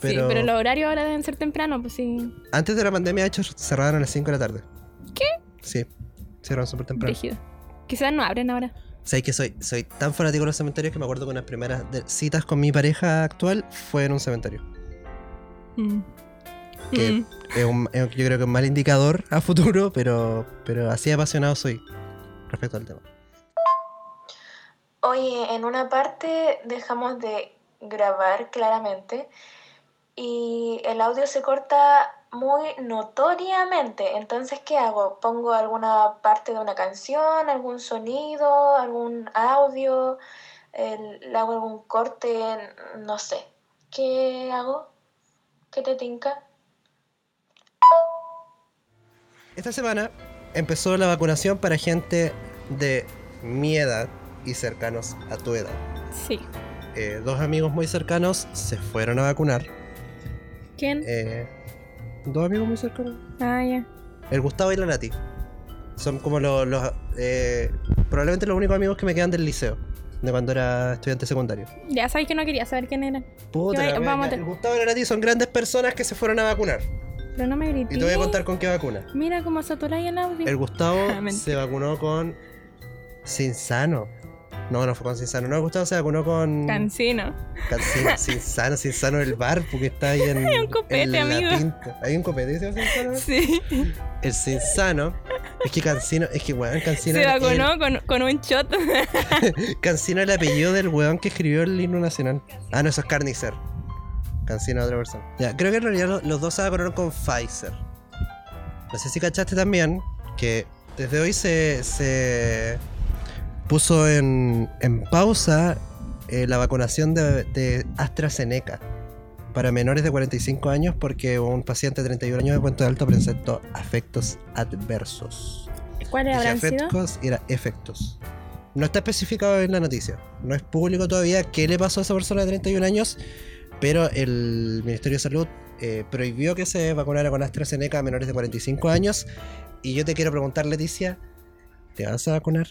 Speaker 4: Pero,
Speaker 3: Sí, pero los horarios ahora deben ser temprano, pues sí.
Speaker 4: antes de la pandemia, de hecho, cerraron a las 5 de la tarde. ¿Qué? Sí, cerraron súper temprano.
Speaker 3: Rígido. Quizás no abren ahora.
Speaker 4: Sabéis que soy, soy tan fanático de los cementerios que me acuerdo que unas primeras de- citas con mi pareja actual fue en un cementerio.
Speaker 3: Mm.
Speaker 4: Que-
Speaker 3: Mm.
Speaker 4: Es un- es un- yo creo que es un mal indicador a futuro, pero, pero así apasionado soy respecto al tema.
Speaker 5: Oye, en una parte dejamos de grabar claramente y el audio se corta muy notoriamente. Entonces, ¿qué hago? ¿Pongo alguna parte de una canción, algún sonido, algún audio? El- ¿Le hago algún corte? No sé. ¿Qué hago? ¿Qué te tinca?
Speaker 4: Esta semana empezó la vacunación para gente de mi edad y cercanos a tu edad.
Speaker 3: Sí.
Speaker 4: Eh, dos amigos muy cercanos se fueron a vacunar.
Speaker 3: ¿Quién?
Speaker 4: Eh, dos amigos muy cercanos.
Speaker 3: Ah, ya.
Speaker 4: El Gustavo y la Nati. Son como los... los, eh, probablemente los únicos amigos que me quedan del liceo. De cuando era estudiante secundario.
Speaker 3: Ya sabéis que no quería saber quién era.
Speaker 4: Puta,
Speaker 3: Yo-
Speaker 4: la wea,
Speaker 3: vamos
Speaker 4: ya.
Speaker 3: a-
Speaker 4: el Gustavo y la Nati son grandes personas que se fueron a vacunar.
Speaker 3: Pero no me grité.
Speaker 4: Y te voy a contar con qué vacuna.
Speaker 3: Mira cómo saturáis el audio.
Speaker 4: El Gustavo
Speaker 3: Ah, mentira.
Speaker 4: se vacunó con Sinsano. No, no fue con Sinsano. No, el Gustavo se vacunó con
Speaker 3: Cancino.
Speaker 4: Cancino. Sinsano, Sinsano del bar, porque está ahí en.
Speaker 3: un copete,
Speaker 4: en la
Speaker 3: amigo.
Speaker 4: pinta. Hay un copete, ¿se llama Sinsano?
Speaker 3: Sí.
Speaker 4: El Sinsano. Es que Cancino, es que weón, Cancino.
Speaker 3: Se
Speaker 4: era el-
Speaker 3: vacunó con, con un shot.
Speaker 4: Cancino es el apellido del weón que escribió el himno nacional. Ah, no, eso es Carnicer. Cancino es otra persona. Ya, creo que en realidad lo- los, dos se vacunaron con Pfizer. No sé si cachaste también que desde hoy se, se puso en, en pausa eh, la vacunación de, de AstraZeneca para menores de 45 años porque un paciente de 31 años de Puente Alto presentó afectos adversos.
Speaker 3: ¿Cuáles
Speaker 4: Dije
Speaker 3: habrán sido?
Speaker 4: afectos y era efectos. No está especificado en la noticia. No es público todavía qué le pasó a esa persona de 31 años, pero el Ministerio de Salud eh, prohibió que se vacunara con AstraZeneca a menores de 45 años. Y yo te quiero preguntar, Leticia, ¿te vas a vacunar?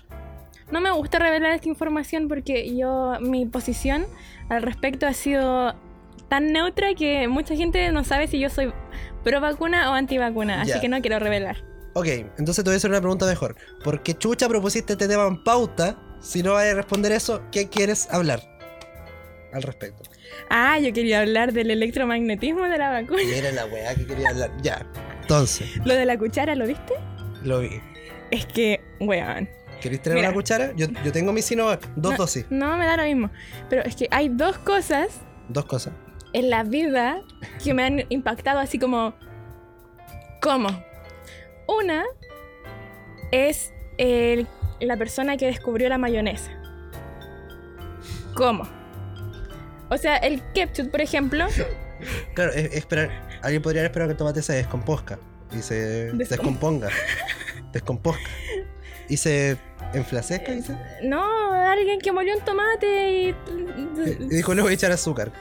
Speaker 3: No me gusta revelar esta información porque yo, mi posición al respecto ha sido tan neutra que mucha gente no sabe si yo soy pro vacuna o anti vacuna, así
Speaker 4: Ya.
Speaker 3: que no quiero revelar.
Speaker 4: Ok, entonces te voy a hacer una pregunta mejor. ¿Por qué chucha propusiste este tema en pauta? Si no vas a responder eso, ¿qué quieres hablar al respecto?
Speaker 3: Ah, yo quería hablar del electromagnetismo de la vacuna.
Speaker 4: Mira la weá que quería hablar. Ya. Entonces,
Speaker 3: Lo de la cuchara, ¿lo viste?
Speaker 4: lo vi.
Speaker 3: Es que, weón.
Speaker 4: ¿Queréis tener
Speaker 3: Mira.
Speaker 4: una cuchara? Yo, yo tengo mi Sinovac, dos
Speaker 3: No.
Speaker 4: dosis,
Speaker 3: No, me da lo mismo. Pero es que hay dos cosas
Speaker 4: dos cosas.
Speaker 3: en la vida que me han impactado así como... ¿Cómo? Una es el- la persona que descubrió la mayonesa. ¿Cómo? O sea, el ketchup, por ejemplo,
Speaker 4: Claro, es- esperar, alguien podría esperar que el tomate se descomposca y se
Speaker 3: Descom-
Speaker 4: descomponga, descomposca y se enflacezca, dice.
Speaker 3: no, alguien que molió un tomate y...
Speaker 4: Y dijo, le voy a echar azúcar.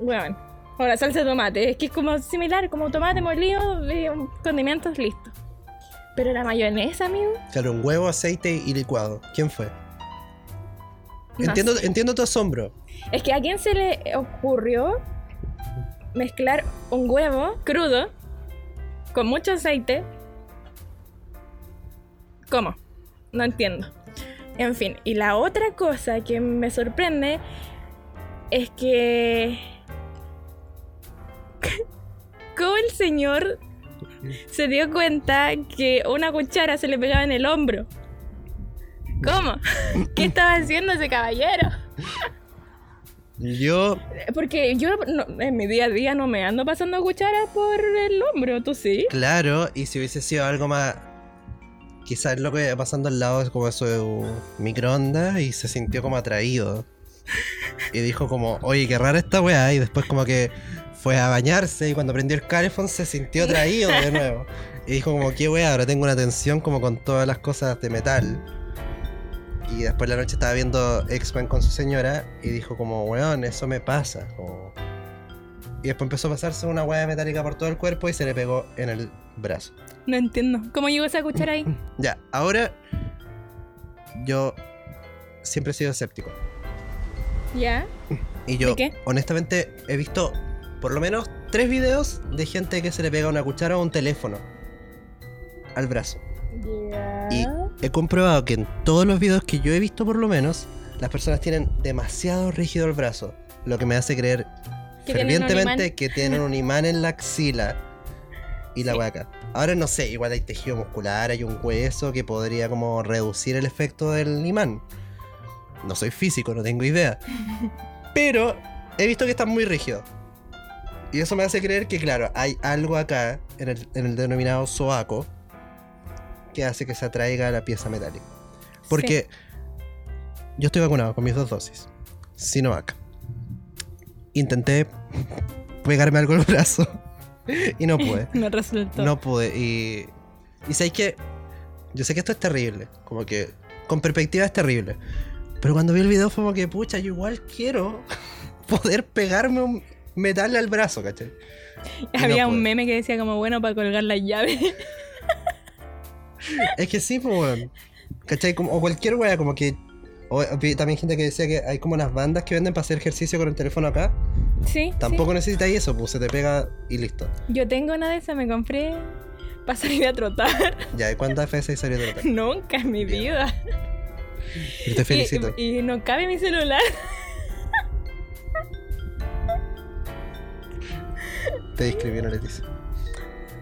Speaker 3: Bueno, o la salsa de tomate. Es que es como similar, como tomate molido, eh, condimentos listos. Pero la mayonesa, amigo.
Speaker 4: Claro, un huevo, aceite y licuado. ¿Quién fue?
Speaker 3: no
Speaker 4: entiendo,
Speaker 3: sé.
Speaker 4: entiendo tu asombro.
Speaker 3: Es que a quién se le ocurrió mezclar un huevo crudo con mucho aceite. ¿Cómo? No entiendo. En fin, y la otra cosa que me sorprende es que. ¿Cómo el señor se dio cuenta que una cuchara se le pegaba en el hombro? ¿Cómo? ¿Qué estaba haciendo ese caballero?
Speaker 4: Yo,
Speaker 3: Porque yo no- en mi día a día no me ando pasando cucharas por el hombro, ¿tú sí?
Speaker 4: claro, y si hubiese sido algo más. Quizás lo que pasando al lado es como eso de un microondas y se sintió como atraído. Y dijo como, oye, qué rara esta weá. Y después como que fue a bañarse y cuando prendió el calefón se sintió atraído de nuevo. Y dijo como, qué weá, ahora tengo una tensión como con todas las cosas de metal. Y después la noche estaba viendo X-Men con su señora y dijo como, weón, eso me pasa. como- Y después empezó a pasarse una weá metálica por todo el cuerpo y se le pegó en el brazo.
Speaker 3: No entiendo. ¿Cómo llegó esa cuchara ahí?
Speaker 4: Ya, ahora yo siempre he sido escéptico.
Speaker 3: ¿Ya?
Speaker 4: Y yo,
Speaker 3: ¿De qué?
Speaker 4: honestamente, he visto por lo menos tres videos de gente que se le pega una cuchara o un teléfono al brazo.
Speaker 3: Ya.
Speaker 4: Y he comprobado que en todos los videos que yo he visto por lo menos, las personas tienen demasiado rígido el brazo, lo que me hace creer
Speaker 3: Que tienen un
Speaker 4: fervientemente
Speaker 3: imán.
Speaker 4: que tienen un imán en la axila y la
Speaker 3: Sí.
Speaker 4: hueca. Ahora no sé, igual hay tejido muscular, hay un hueso que podría como reducir el efecto del imán. No soy físico, no tengo idea. Pero he visto que están muy rígidos. Y eso me hace creer que, claro, hay algo acá en el, en el denominado soaco que hace que se atraiga a la pieza metálica. Porque yo estoy vacunado con mis dos dosis. Sinovac. Intenté pegarme algo al brazo y no pude.
Speaker 3: No resultó.
Speaker 4: No pude. Y, y sabéis que yo sé que esto es terrible. Como que con perspectiva es terrible. Pero cuando vi el video fue como que, pucha, yo igual quiero poder pegarme un metal al brazo, ¿cachai? no
Speaker 3: Había un
Speaker 4: pude.
Speaker 3: meme que decía como bueno para colgar las llaves.
Speaker 4: Es que sí, pues, weón. ¿Cachai? Como- o cualquier wea, como que. o- vi también gente que decía que hay como unas bandas que venden para hacer ejercicio con el teléfono acá.
Speaker 3: sí.
Speaker 4: Tampoco necesitáis eso, pues se te pega y listo.
Speaker 3: sí. Yo tengo una de esas, me compré para salir a trotar.
Speaker 4: Ya, ¿y cuántas veces salió de la
Speaker 3: Nunca en mi
Speaker 4: Bien.
Speaker 3: vida.
Speaker 4: Pero te felicito.
Speaker 3: Y, y no cabe mi celular.
Speaker 4: Te discriminaron, Leticia.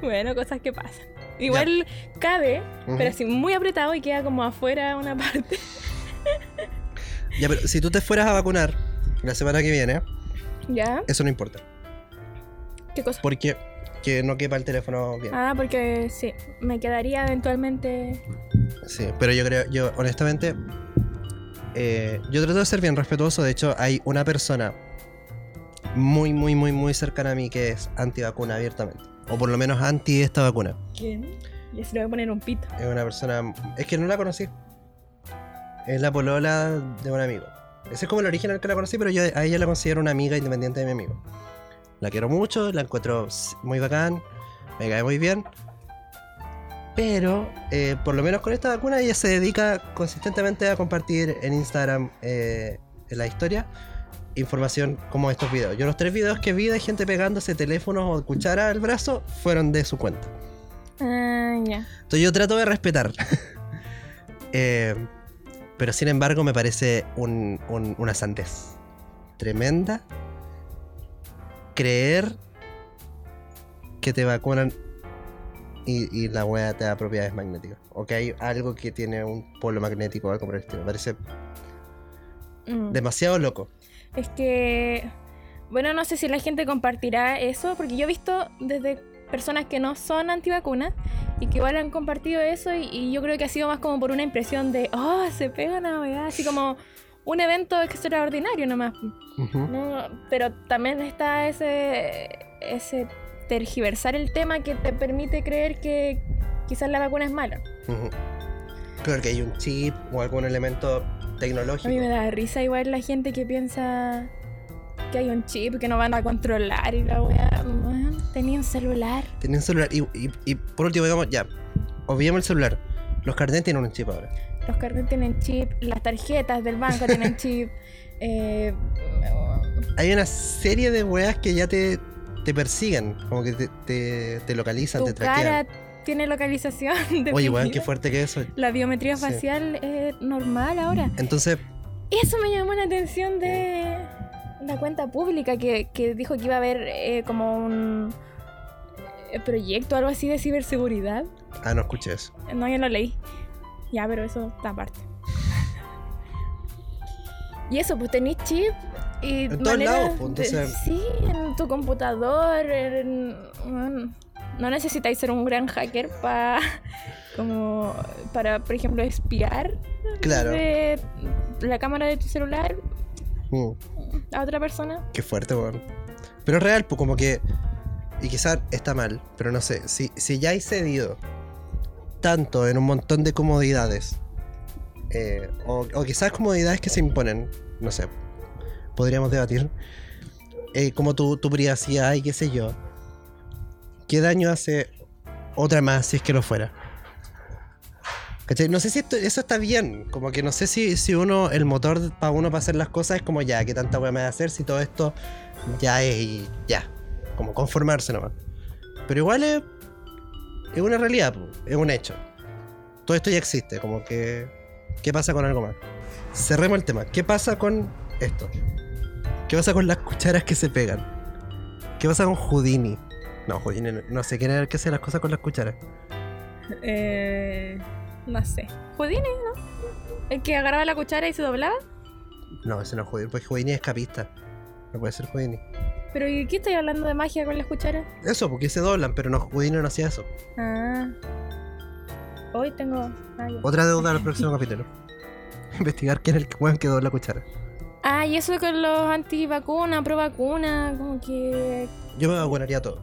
Speaker 3: Bueno, cosas que pasan. Igual cabe, pero
Speaker 4: Ujú.
Speaker 3: así muy apretado y queda como afuera una parte.
Speaker 4: Ya, pero si tú te fueras a vacunar la semana que viene,
Speaker 3: ¿Ya?
Speaker 4: eso no importa.
Speaker 3: ¿Qué cosa?
Speaker 4: Porque que no quepa el teléfono bien.
Speaker 3: Ah, porque sí, me quedaría eventualmente.
Speaker 4: Sí, pero yo creo, yo honestamente, eh, yo trato de ser bien respetuoso. De hecho, hay una persona muy, muy, muy, muy cercana a mí que es antivacuna abiertamente. O por lo menos anti esta vacuna.
Speaker 3: ¿Quién? Ya se le voy a poner un pito.
Speaker 4: Es una persona. Es que no la conocí. Es la polola de un amigo. Ese es como el origen al que la conocí, pero yo a ella la considero una amiga independiente de mi amigo. La quiero mucho, la encuentro s- muy bacán, me cae muy bien. Pero, eh, por lo menos con esta vacuna, ella se dedica consistentemente a compartir en Instagram, eh, en la historia, información como estos videos. Yo los tres videos que vi de gente pegándose teléfonos o cuchara al brazo fueron de su cuenta.
Speaker 3: Ah, ya.
Speaker 4: Entonces yo trato de respetar. Eh, pero sin embargo me parece un- un- una sandez tremenda creer que te vacunan y, y la wea te da propiedades magnéticas. O que hay algo que tiene un polo magnético o algo por el estilo. Me parece
Speaker 3: Mm.
Speaker 4: demasiado loco.
Speaker 3: Es que, bueno, no sé si la gente compartirá eso, porque yo he visto desde personas que no son antivacunas y que igual han compartido eso y, y yo creo que ha sido más como por una impresión de, oh, se pegan a weá", así como un evento extraordinario nomás. No, pero también está ese, ese tergiversar el tema que te permite creer que quizás la vacuna es mala.
Speaker 4: Ujú. Creo que hay un chip o algún elemento
Speaker 3: A
Speaker 4: tecnológico.
Speaker 3: mí me da risa igual la gente que piensa que hay un chip que no van a controlar y la weá. weón, Tenía un celular.
Speaker 4: Tienen celular. Y, y- y por último, digamos, ya. Obviemos el celular. Los carnets tienen un chip ahora.
Speaker 3: Los cargos tienen chip, las tarjetas del banco tienen chip. eh,
Speaker 4: Hay una serie de weas que ya te, te persiguen. Como que te, te, te localizan, te
Speaker 3: tu cara
Speaker 4: traquean.
Speaker 3: tiene localización.
Speaker 4: Oye, weón,
Speaker 3: definida.
Speaker 4: qué fuerte que eso.
Speaker 3: La biometría
Speaker 4: Sí.
Speaker 3: facial es normal ahora.
Speaker 4: Entonces,
Speaker 3: Eso me llamó la atención de la cuenta pública que, que dijo que iba a haber eh, como un eh, proyecto, algo así de ciberseguridad.
Speaker 4: ah, no escuché eso.
Speaker 3: No, yo lo leí. Ya, pero eso está aparte. Y eso, pues tenés chip y
Speaker 4: En todos
Speaker 3: maneras
Speaker 4: lados, pues,
Speaker 3: de-
Speaker 4: entonces-
Speaker 3: sí, en tu computador, en- bueno, no necesitáis ser un gran hacker para como para por ejemplo espiar
Speaker 4: Claro.
Speaker 3: de la cámara de tu celular
Speaker 4: Mm,
Speaker 3: a otra persona.
Speaker 4: qué fuerte, weón. Pero es real, pues como que. Y quizás está mal, pero no sé. Si, si ya hay cedido tanto en un montón de comodidades, eh, o, o quizás comodidades que se imponen, no sé, podríamos debatir, eh, como tu, tu privacidad y qué sé yo, ¿qué daño hace otra más si es que lo fuera? ¿Cachai? No sé si esto- eso está bien, como que no sé si, si uno, el motor para uno para hacer las cosas es como ya, ¿qué tanta hueá me va a hacer si todo esto ya es y ya? Como conformarse nomás. Pero igual es, es una realidad, po, es un hecho. todo esto ya existe, como que... ¿Qué pasa con algo más? Cerremos el tema. ¿Qué pasa con esto? ¿Qué pasa con las cucharas que se pegan? ¿Qué pasa con Houdini? No, Houdini, no- no sé quién era el que hace las cosas con las cucharas.
Speaker 3: Eh, no sé. Houdini, ¿no? El que agarraba la cuchara y se doblaba.
Speaker 4: No, ese no es Houdini, porque Houdini es capista. No puede ser Houdini.
Speaker 3: Pero ¿y qué estoy hablando de magia con las cucharas?
Speaker 4: Eso, porque se doblan, pero no, Houdini no hacía eso.
Speaker 3: Ah. Hoy tengo. Ah, ya.
Speaker 4: Otra deuda al próximo capítulo. Investigar quién es el que weón que dobla la cuchara.
Speaker 3: Ah, y eso con los antivacuna, pro vacuna, como que.
Speaker 4: Yo me vacunaría todo.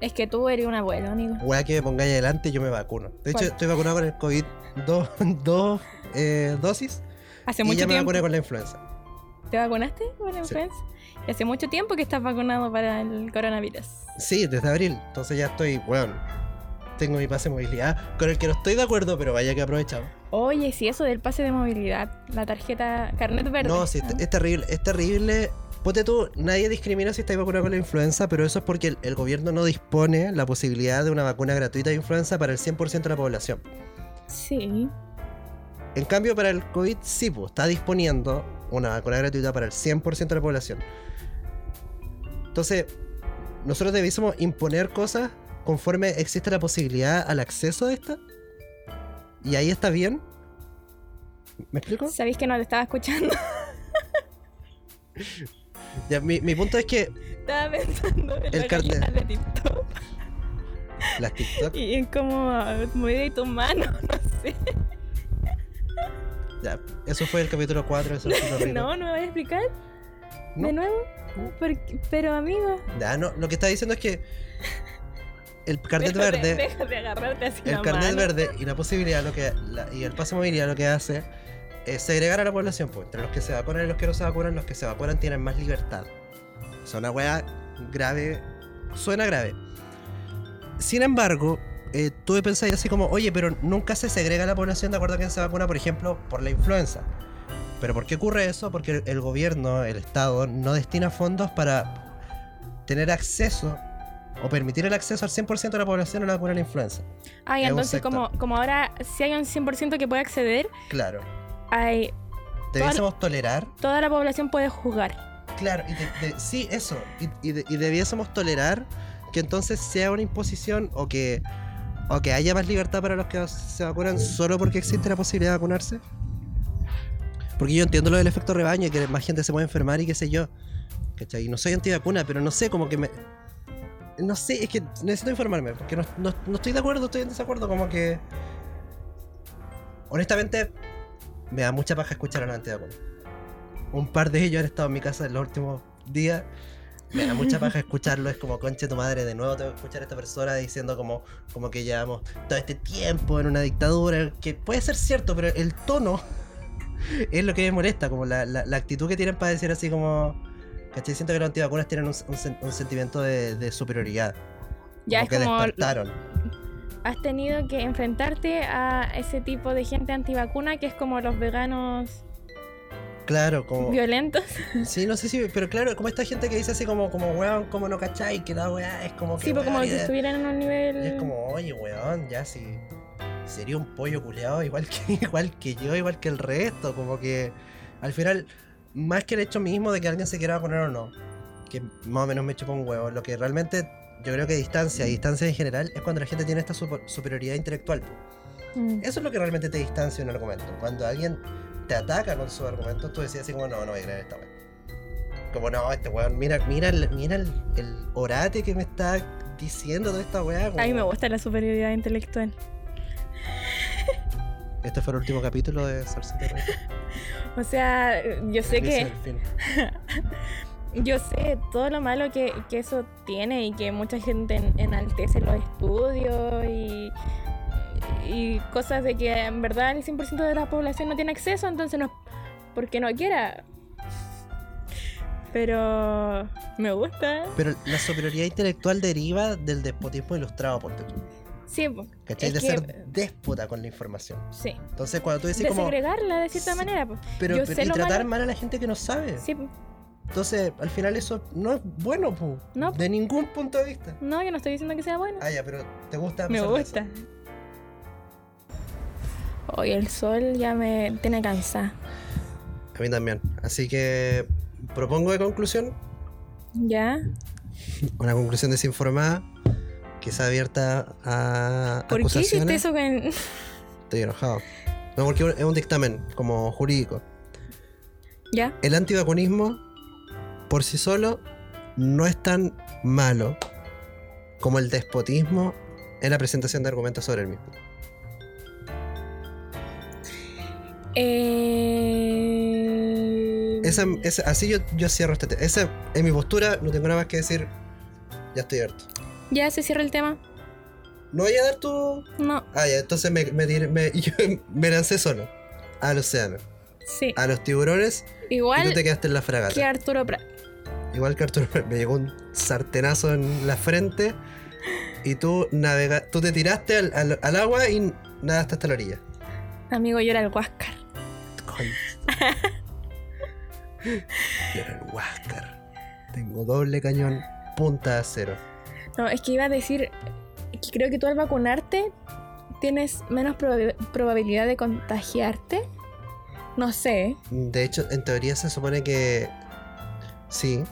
Speaker 3: Es que tú eres un abuelo, amigo.
Speaker 4: Weá que me pongáis adelante, yo me vacuno. De hecho,
Speaker 3: ¿Cuál?
Speaker 4: estoy vacunado con el COVID dos, dos eh, dosis
Speaker 3: Hace
Speaker 4: y
Speaker 3: mucho
Speaker 4: ya me
Speaker 3: tiempo.
Speaker 4: vacuné con la influenza.
Speaker 3: ¿Te vacunaste con la
Speaker 4: Sí.
Speaker 3: influenza? Y hace mucho tiempo que estás vacunado para el coronavirus.
Speaker 4: Sí, desde abril. Entonces ya estoy, weón. Tengo mi pase de movilidad con el que no estoy de acuerdo, pero vaya que he aprovechado.
Speaker 3: Oye, si eso del pase de movilidad, la tarjeta carnet verde.
Speaker 4: No, sí, es- es terrible, es terrible. Ponte tú, nadie discrimina si estáis vacunado con la influenza, pero eso es porque el, el gobierno no dispone la posibilidad de una vacuna gratuita de influenza para el 100% de la población.
Speaker 3: Sí.
Speaker 4: En cambio, para el COVID sí, pues, está disponiendo una vacuna gratuita para el 100% de la población. Entonces, nosotros debiésemos imponer cosas conforme existe la posibilidad al acceso de esta. Y ahí está bien. ¿Me explico?
Speaker 3: Sabéis que no te estaba escuchando.
Speaker 4: Ya, mi, mi punto es que
Speaker 3: estaba pensando en
Speaker 4: El
Speaker 3: las
Speaker 4: carnet.
Speaker 3: galletas de TikTok
Speaker 4: las TikTok,
Speaker 3: y en cómo ah, moví tu mano, no sé.
Speaker 4: ya, eso fue el capítulo 4 eso fue horrible.
Speaker 3: No, no me voy a explicar.
Speaker 4: No.
Speaker 3: De nuevo. ¿Por qué? Pero amigo.
Speaker 4: Ya, no, lo que está diciendo es que el carnet
Speaker 3: deja de-
Speaker 4: verde
Speaker 3: Deja de agarrarte así
Speaker 4: El
Speaker 3: la
Speaker 4: carnet
Speaker 3: mano.
Speaker 4: verde y la posibilidad lo que la- y el pase de movilidad lo que hace es segregar a la población, pues entre los que se vacunan y los que no se vacunan, los que se vacunan tienen más libertad. O sea, una weá grave, suena grave. Sin embargo, eh, tú pensáis así como, oye, pero nunca se segrega a la población de acuerdo a quién se vacuna, por ejemplo, por la influenza. ¿Pero por qué ocurre eso? Porque el- el gobierno, el Estado, no destina fondos para tener acceso o permitir el acceso al 100% de la población a la vacuna de la influenza.
Speaker 3: Ay,
Speaker 4: Es un
Speaker 3: entonces
Speaker 4: sector.
Speaker 3: como, como ahora si hay un 100% que puede acceder,
Speaker 4: Claro.
Speaker 3: hay,
Speaker 4: Debiésemos tolerar.
Speaker 3: toda la población puede jugar.
Speaker 4: Claro, y de- de- sí, eso. Y, y de- y debiésemos tolerar que entonces sea una imposición o que, o que haya más libertad para los que se vacunan solo porque existe la posibilidad de vacunarse. Porque yo entiendo lo del efecto rebaño y que más gente se puede enfermar y qué sé yo. ¿Cachai? Y no soy antivacuna, pero no sé, como que me. No sé, es que necesito informarme, porque no, no- no estoy de acuerdo, estoy en desacuerdo, como que. Honestamente, me da mucha paja escuchar a los antivacunas. Un par de ellos han estado en mi casa en los últimos días. Me da mucha paja escucharlo, es como conche tu madre, de nuevo tengo que escuchar a esta persona diciendo como, como que llevamos todo este tiempo en una dictadura, que puede ser cierto, pero el tono es lo que me molesta, como la, la- la actitud que tienen para decir así como, ¿cachai? Siento que los antivacunas tienen un, un sen- un sentimiento de, de superioridad,
Speaker 3: Ya
Speaker 4: como que
Speaker 3: es como
Speaker 4: despertaron.
Speaker 3: has tenido que enfrentarte a ese tipo de gente antivacuna que es como los veganos
Speaker 4: Claro, como...
Speaker 3: violentos.
Speaker 4: Sí, no sé si, pero claro, como esta gente que dice así como, como weón, como no cachai, que la weá es como que...
Speaker 3: Sí, pues como
Speaker 4: weón,
Speaker 3: que
Speaker 4: y-
Speaker 3: estuvieran en un nivel...
Speaker 4: Y es como, oye, weón, ya si sería un pollo culeado igual que, igual que yo, igual que el resto, como que al final, más que el hecho mismo de que alguien se quiera vacunar o no, que más o menos me chupa un huevo, lo que realmente yo creo que distancia, y distancia en general, es cuando la gente tiene esta super- superioridad intelectual. po.
Speaker 3: Mm.
Speaker 4: Eso es lo que realmente te distancia de un argumento. Cuando alguien te ataca con sus argumentos, tú decís así como, no, no voy a creer esta weón. Como, no, este weón, mira, mira, el, mira el, el orate que me está diciendo toda esta weá.
Speaker 3: A mí me
Speaker 4: como-
Speaker 3: gusta la superioridad intelectual.
Speaker 4: Este fue el último capítulo de Salsita Roja.
Speaker 3: O sea, yo sé
Speaker 4: El
Speaker 3: que...
Speaker 4: inicio del fin.
Speaker 3: Yo sé todo lo malo que, que eso tiene y que mucha gente en- enaltece los estudios y, y cosas de que en verdad el 100% de la población no tiene acceso, entonces no es porque no quiera. Pero me gusta.
Speaker 4: Pero la superioridad intelectual deriva del despotismo ilustrado, por tú.
Speaker 3: Sí, po,
Speaker 4: ¿Cachai?
Speaker 3: Es
Speaker 4: de
Speaker 3: que-
Speaker 4: ser déspota con la información.
Speaker 3: sí.
Speaker 4: Entonces, cuando tú dices como.
Speaker 3: Desegregarla de cierta
Speaker 4: Sí.
Speaker 3: manera. po.
Speaker 4: Pero,
Speaker 3: yo
Speaker 4: pero-
Speaker 3: sé
Speaker 4: y
Speaker 3: lo
Speaker 4: tratar
Speaker 3: malo.
Speaker 4: mal a la gente que no sabe.
Speaker 3: Sí, po.
Speaker 4: Entonces, al final, eso no es bueno, pu.
Speaker 3: No.
Speaker 4: De ningún punto de vista.
Speaker 3: no, yo no estoy diciendo que sea bueno.
Speaker 4: Ah, ya, pero te gusta. a
Speaker 3: me
Speaker 4: pesar de eso.
Speaker 3: gusta. Hoy el sol ya me tiene cansada.
Speaker 4: A mí también. Así que propongo de conclusión
Speaker 3: ¿Ya?
Speaker 4: una conclusión desinformada que está abierta a
Speaker 3: ¿Por qué
Speaker 4: acusaciones.
Speaker 3: hiciste eso con.?
Speaker 4: Estoy enojado. No, porque es un dictamen como jurídico.
Speaker 3: ¿Ya?
Speaker 4: El antivacunismo por sí solo no es tan malo como el despotismo en la presentación de argumentos sobre el mismo.
Speaker 3: Eh...
Speaker 4: Esa, esa- así yo, yo cierro este tema. Esa es mi postura, no tengo nada más que decir. Ya estoy harto.
Speaker 3: ¿Ya se cierra el tema?
Speaker 4: ¿No voy a dar tu...?
Speaker 3: No,
Speaker 4: Ah, ya, entonces me, me, tiré- me- yo me lancé solo. Al océano.
Speaker 3: sí.
Speaker 4: A los tiburones Ah, y
Speaker 3: Igual
Speaker 4: tú te quedaste en la fragata.
Speaker 3: que Arturo Prat.
Speaker 4: Igual que Arturo, me llegó un sartenazo en la frente y tú navega, tú te tiraste al, al- al agua y nadaste hasta la orilla.
Speaker 3: Amigo, yo era el Huáscar.
Speaker 4: Con- Yo era el Huáscar. Tengo doble cañón, punta de acero.
Speaker 3: No, es que iba a decir que creo que tú al vacunarte tienes menos proba- probabilidad de contagiarte. No sé.
Speaker 4: De hecho, en teoría se supone que sí.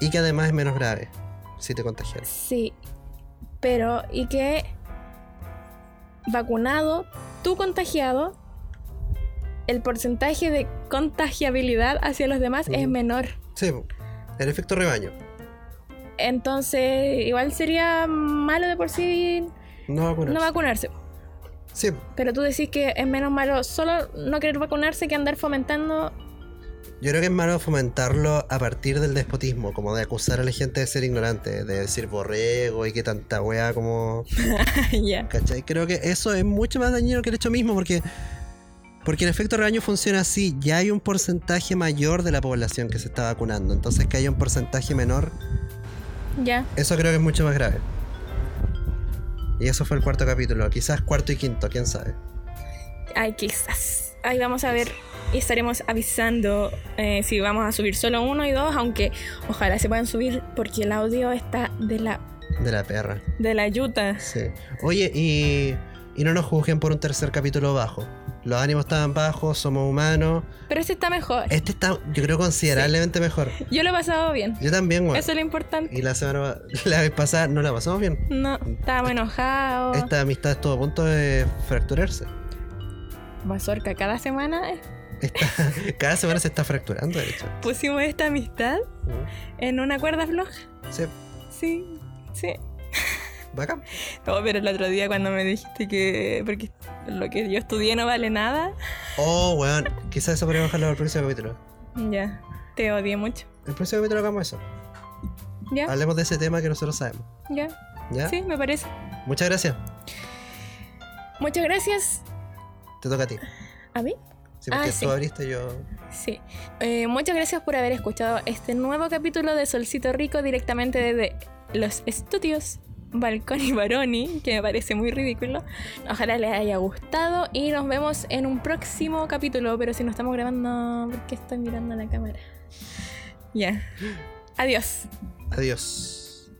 Speaker 4: Y que además es menos grave si te contagias.
Speaker 3: Sí. Pero, y que vacunado, tú contagiado, el porcentaje de contagiabilidad hacia los demás es
Speaker 4: Ujú.
Speaker 3: menor.
Speaker 4: Sí, po. el efecto rebaño.
Speaker 3: Entonces, igual sería malo de por sí
Speaker 4: No vacunarse.
Speaker 3: no vacunarse.
Speaker 4: Sí, po.
Speaker 3: Pero tú decís que es menos malo solo no querer vacunarse que andar fomentando.
Speaker 4: Yo creo que es malo fomentarlo a partir del despotismo, como de acusar a la gente de ser ignorante, de decir borrego y que tanta weá como.
Speaker 3: Ya.
Speaker 4: ¿Cachai? Creo que eso es mucho más dañino que el hecho mismo, porque. Porque el efecto rebaño funciona así, ya hay un porcentaje mayor de la población que se está vacunando, entonces que haya un porcentaje menor,
Speaker 3: Ya.
Speaker 4: eso creo que es mucho más grave. Y eso fue el cuarto capítulo, quizás cuarto y quinto, quién sabe.
Speaker 3: Ay, quizás. Ahí vamos a ver y estaremos avisando eh, si vamos a subir solo uno y dos, aunque ojalá se puedan subir porque el audio está de la
Speaker 4: De la perra,
Speaker 3: de la yuta.
Speaker 4: sí. Oye, y, y no nos juzguen por un tercer capítulo bajo. Los ánimos estaban bajos, somos humanos.
Speaker 3: Pero este está mejor.
Speaker 4: Este está, yo creo, considerablemente mejor.
Speaker 3: Yo lo he pasado bien.
Speaker 4: Yo también, güey.
Speaker 3: Eso es lo importante.
Speaker 4: Y la semana la vez pasada no la pasamos bien.
Speaker 3: No, estábamos enojados.
Speaker 4: Eh, Esta amistad estuvo a punto de fracturarse.
Speaker 3: Mazorca, cada semana eh,
Speaker 4: Esta- cada semana se está fracturando, de hecho. Mm.
Speaker 3: pusimos esta amistad en una cuerda floja.
Speaker 4: Sí,
Speaker 3: Sí, sí.
Speaker 4: bacán.
Speaker 3: Oh, pero el otro día cuando me dijiste que porque lo que yo estudié no vale nada,
Speaker 4: Oh, weón. Quizás eso podría bajarlo al próximo capítulo.
Speaker 3: ya, te odié mucho.
Speaker 4: El próximo capítulo hagamos eso.
Speaker 3: ¿Ya?
Speaker 4: Hablemos de ese tema que nosotros sabemos.
Speaker 3: ¿Ya?
Speaker 4: ¿Ya?
Speaker 3: Sí, me parece.
Speaker 4: Muchas gracias.
Speaker 3: Muchas gracias.
Speaker 4: Te toca a ti.
Speaker 3: ¿A mí?
Speaker 4: Sí,
Speaker 3: Ah,
Speaker 4: porque
Speaker 3: sí.
Speaker 4: tú abriste yo.
Speaker 3: Sí. Eh, muchas gracias por haber escuchado este nuevo capítulo de Solcito Rico directamente desde los estudios Balcón y Baroni, que me parece muy ridículo. Ojalá les haya gustado y nos vemos en un próximo capítulo, pero si no estamos grabando, ¿por qué estoy mirando a la cámara? Ya. Adiós.
Speaker 4: Adiós.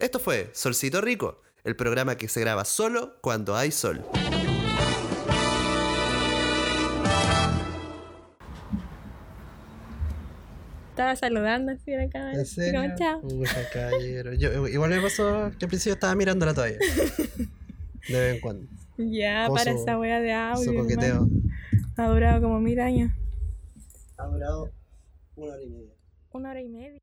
Speaker 4: Esto fue Solcito Rico, el programa que se graba solo cuando hay sol.
Speaker 3: Estaba saludando así a la cámara.
Speaker 4: ¿En serio?
Speaker 3: Como, chao.
Speaker 4: Pucha, caballero. Yo- igual me pasó que al principio estaba mirándola todavía. De vez en cuando.
Speaker 3: Ya,
Speaker 4: Como
Speaker 3: para
Speaker 4: su-
Speaker 3: esa wea de audio.
Speaker 4: Su
Speaker 3: hermano.
Speaker 4: coqueteo.
Speaker 3: Ha durado como mil años.
Speaker 4: Ha durado una hora y media.
Speaker 3: Una hora y media.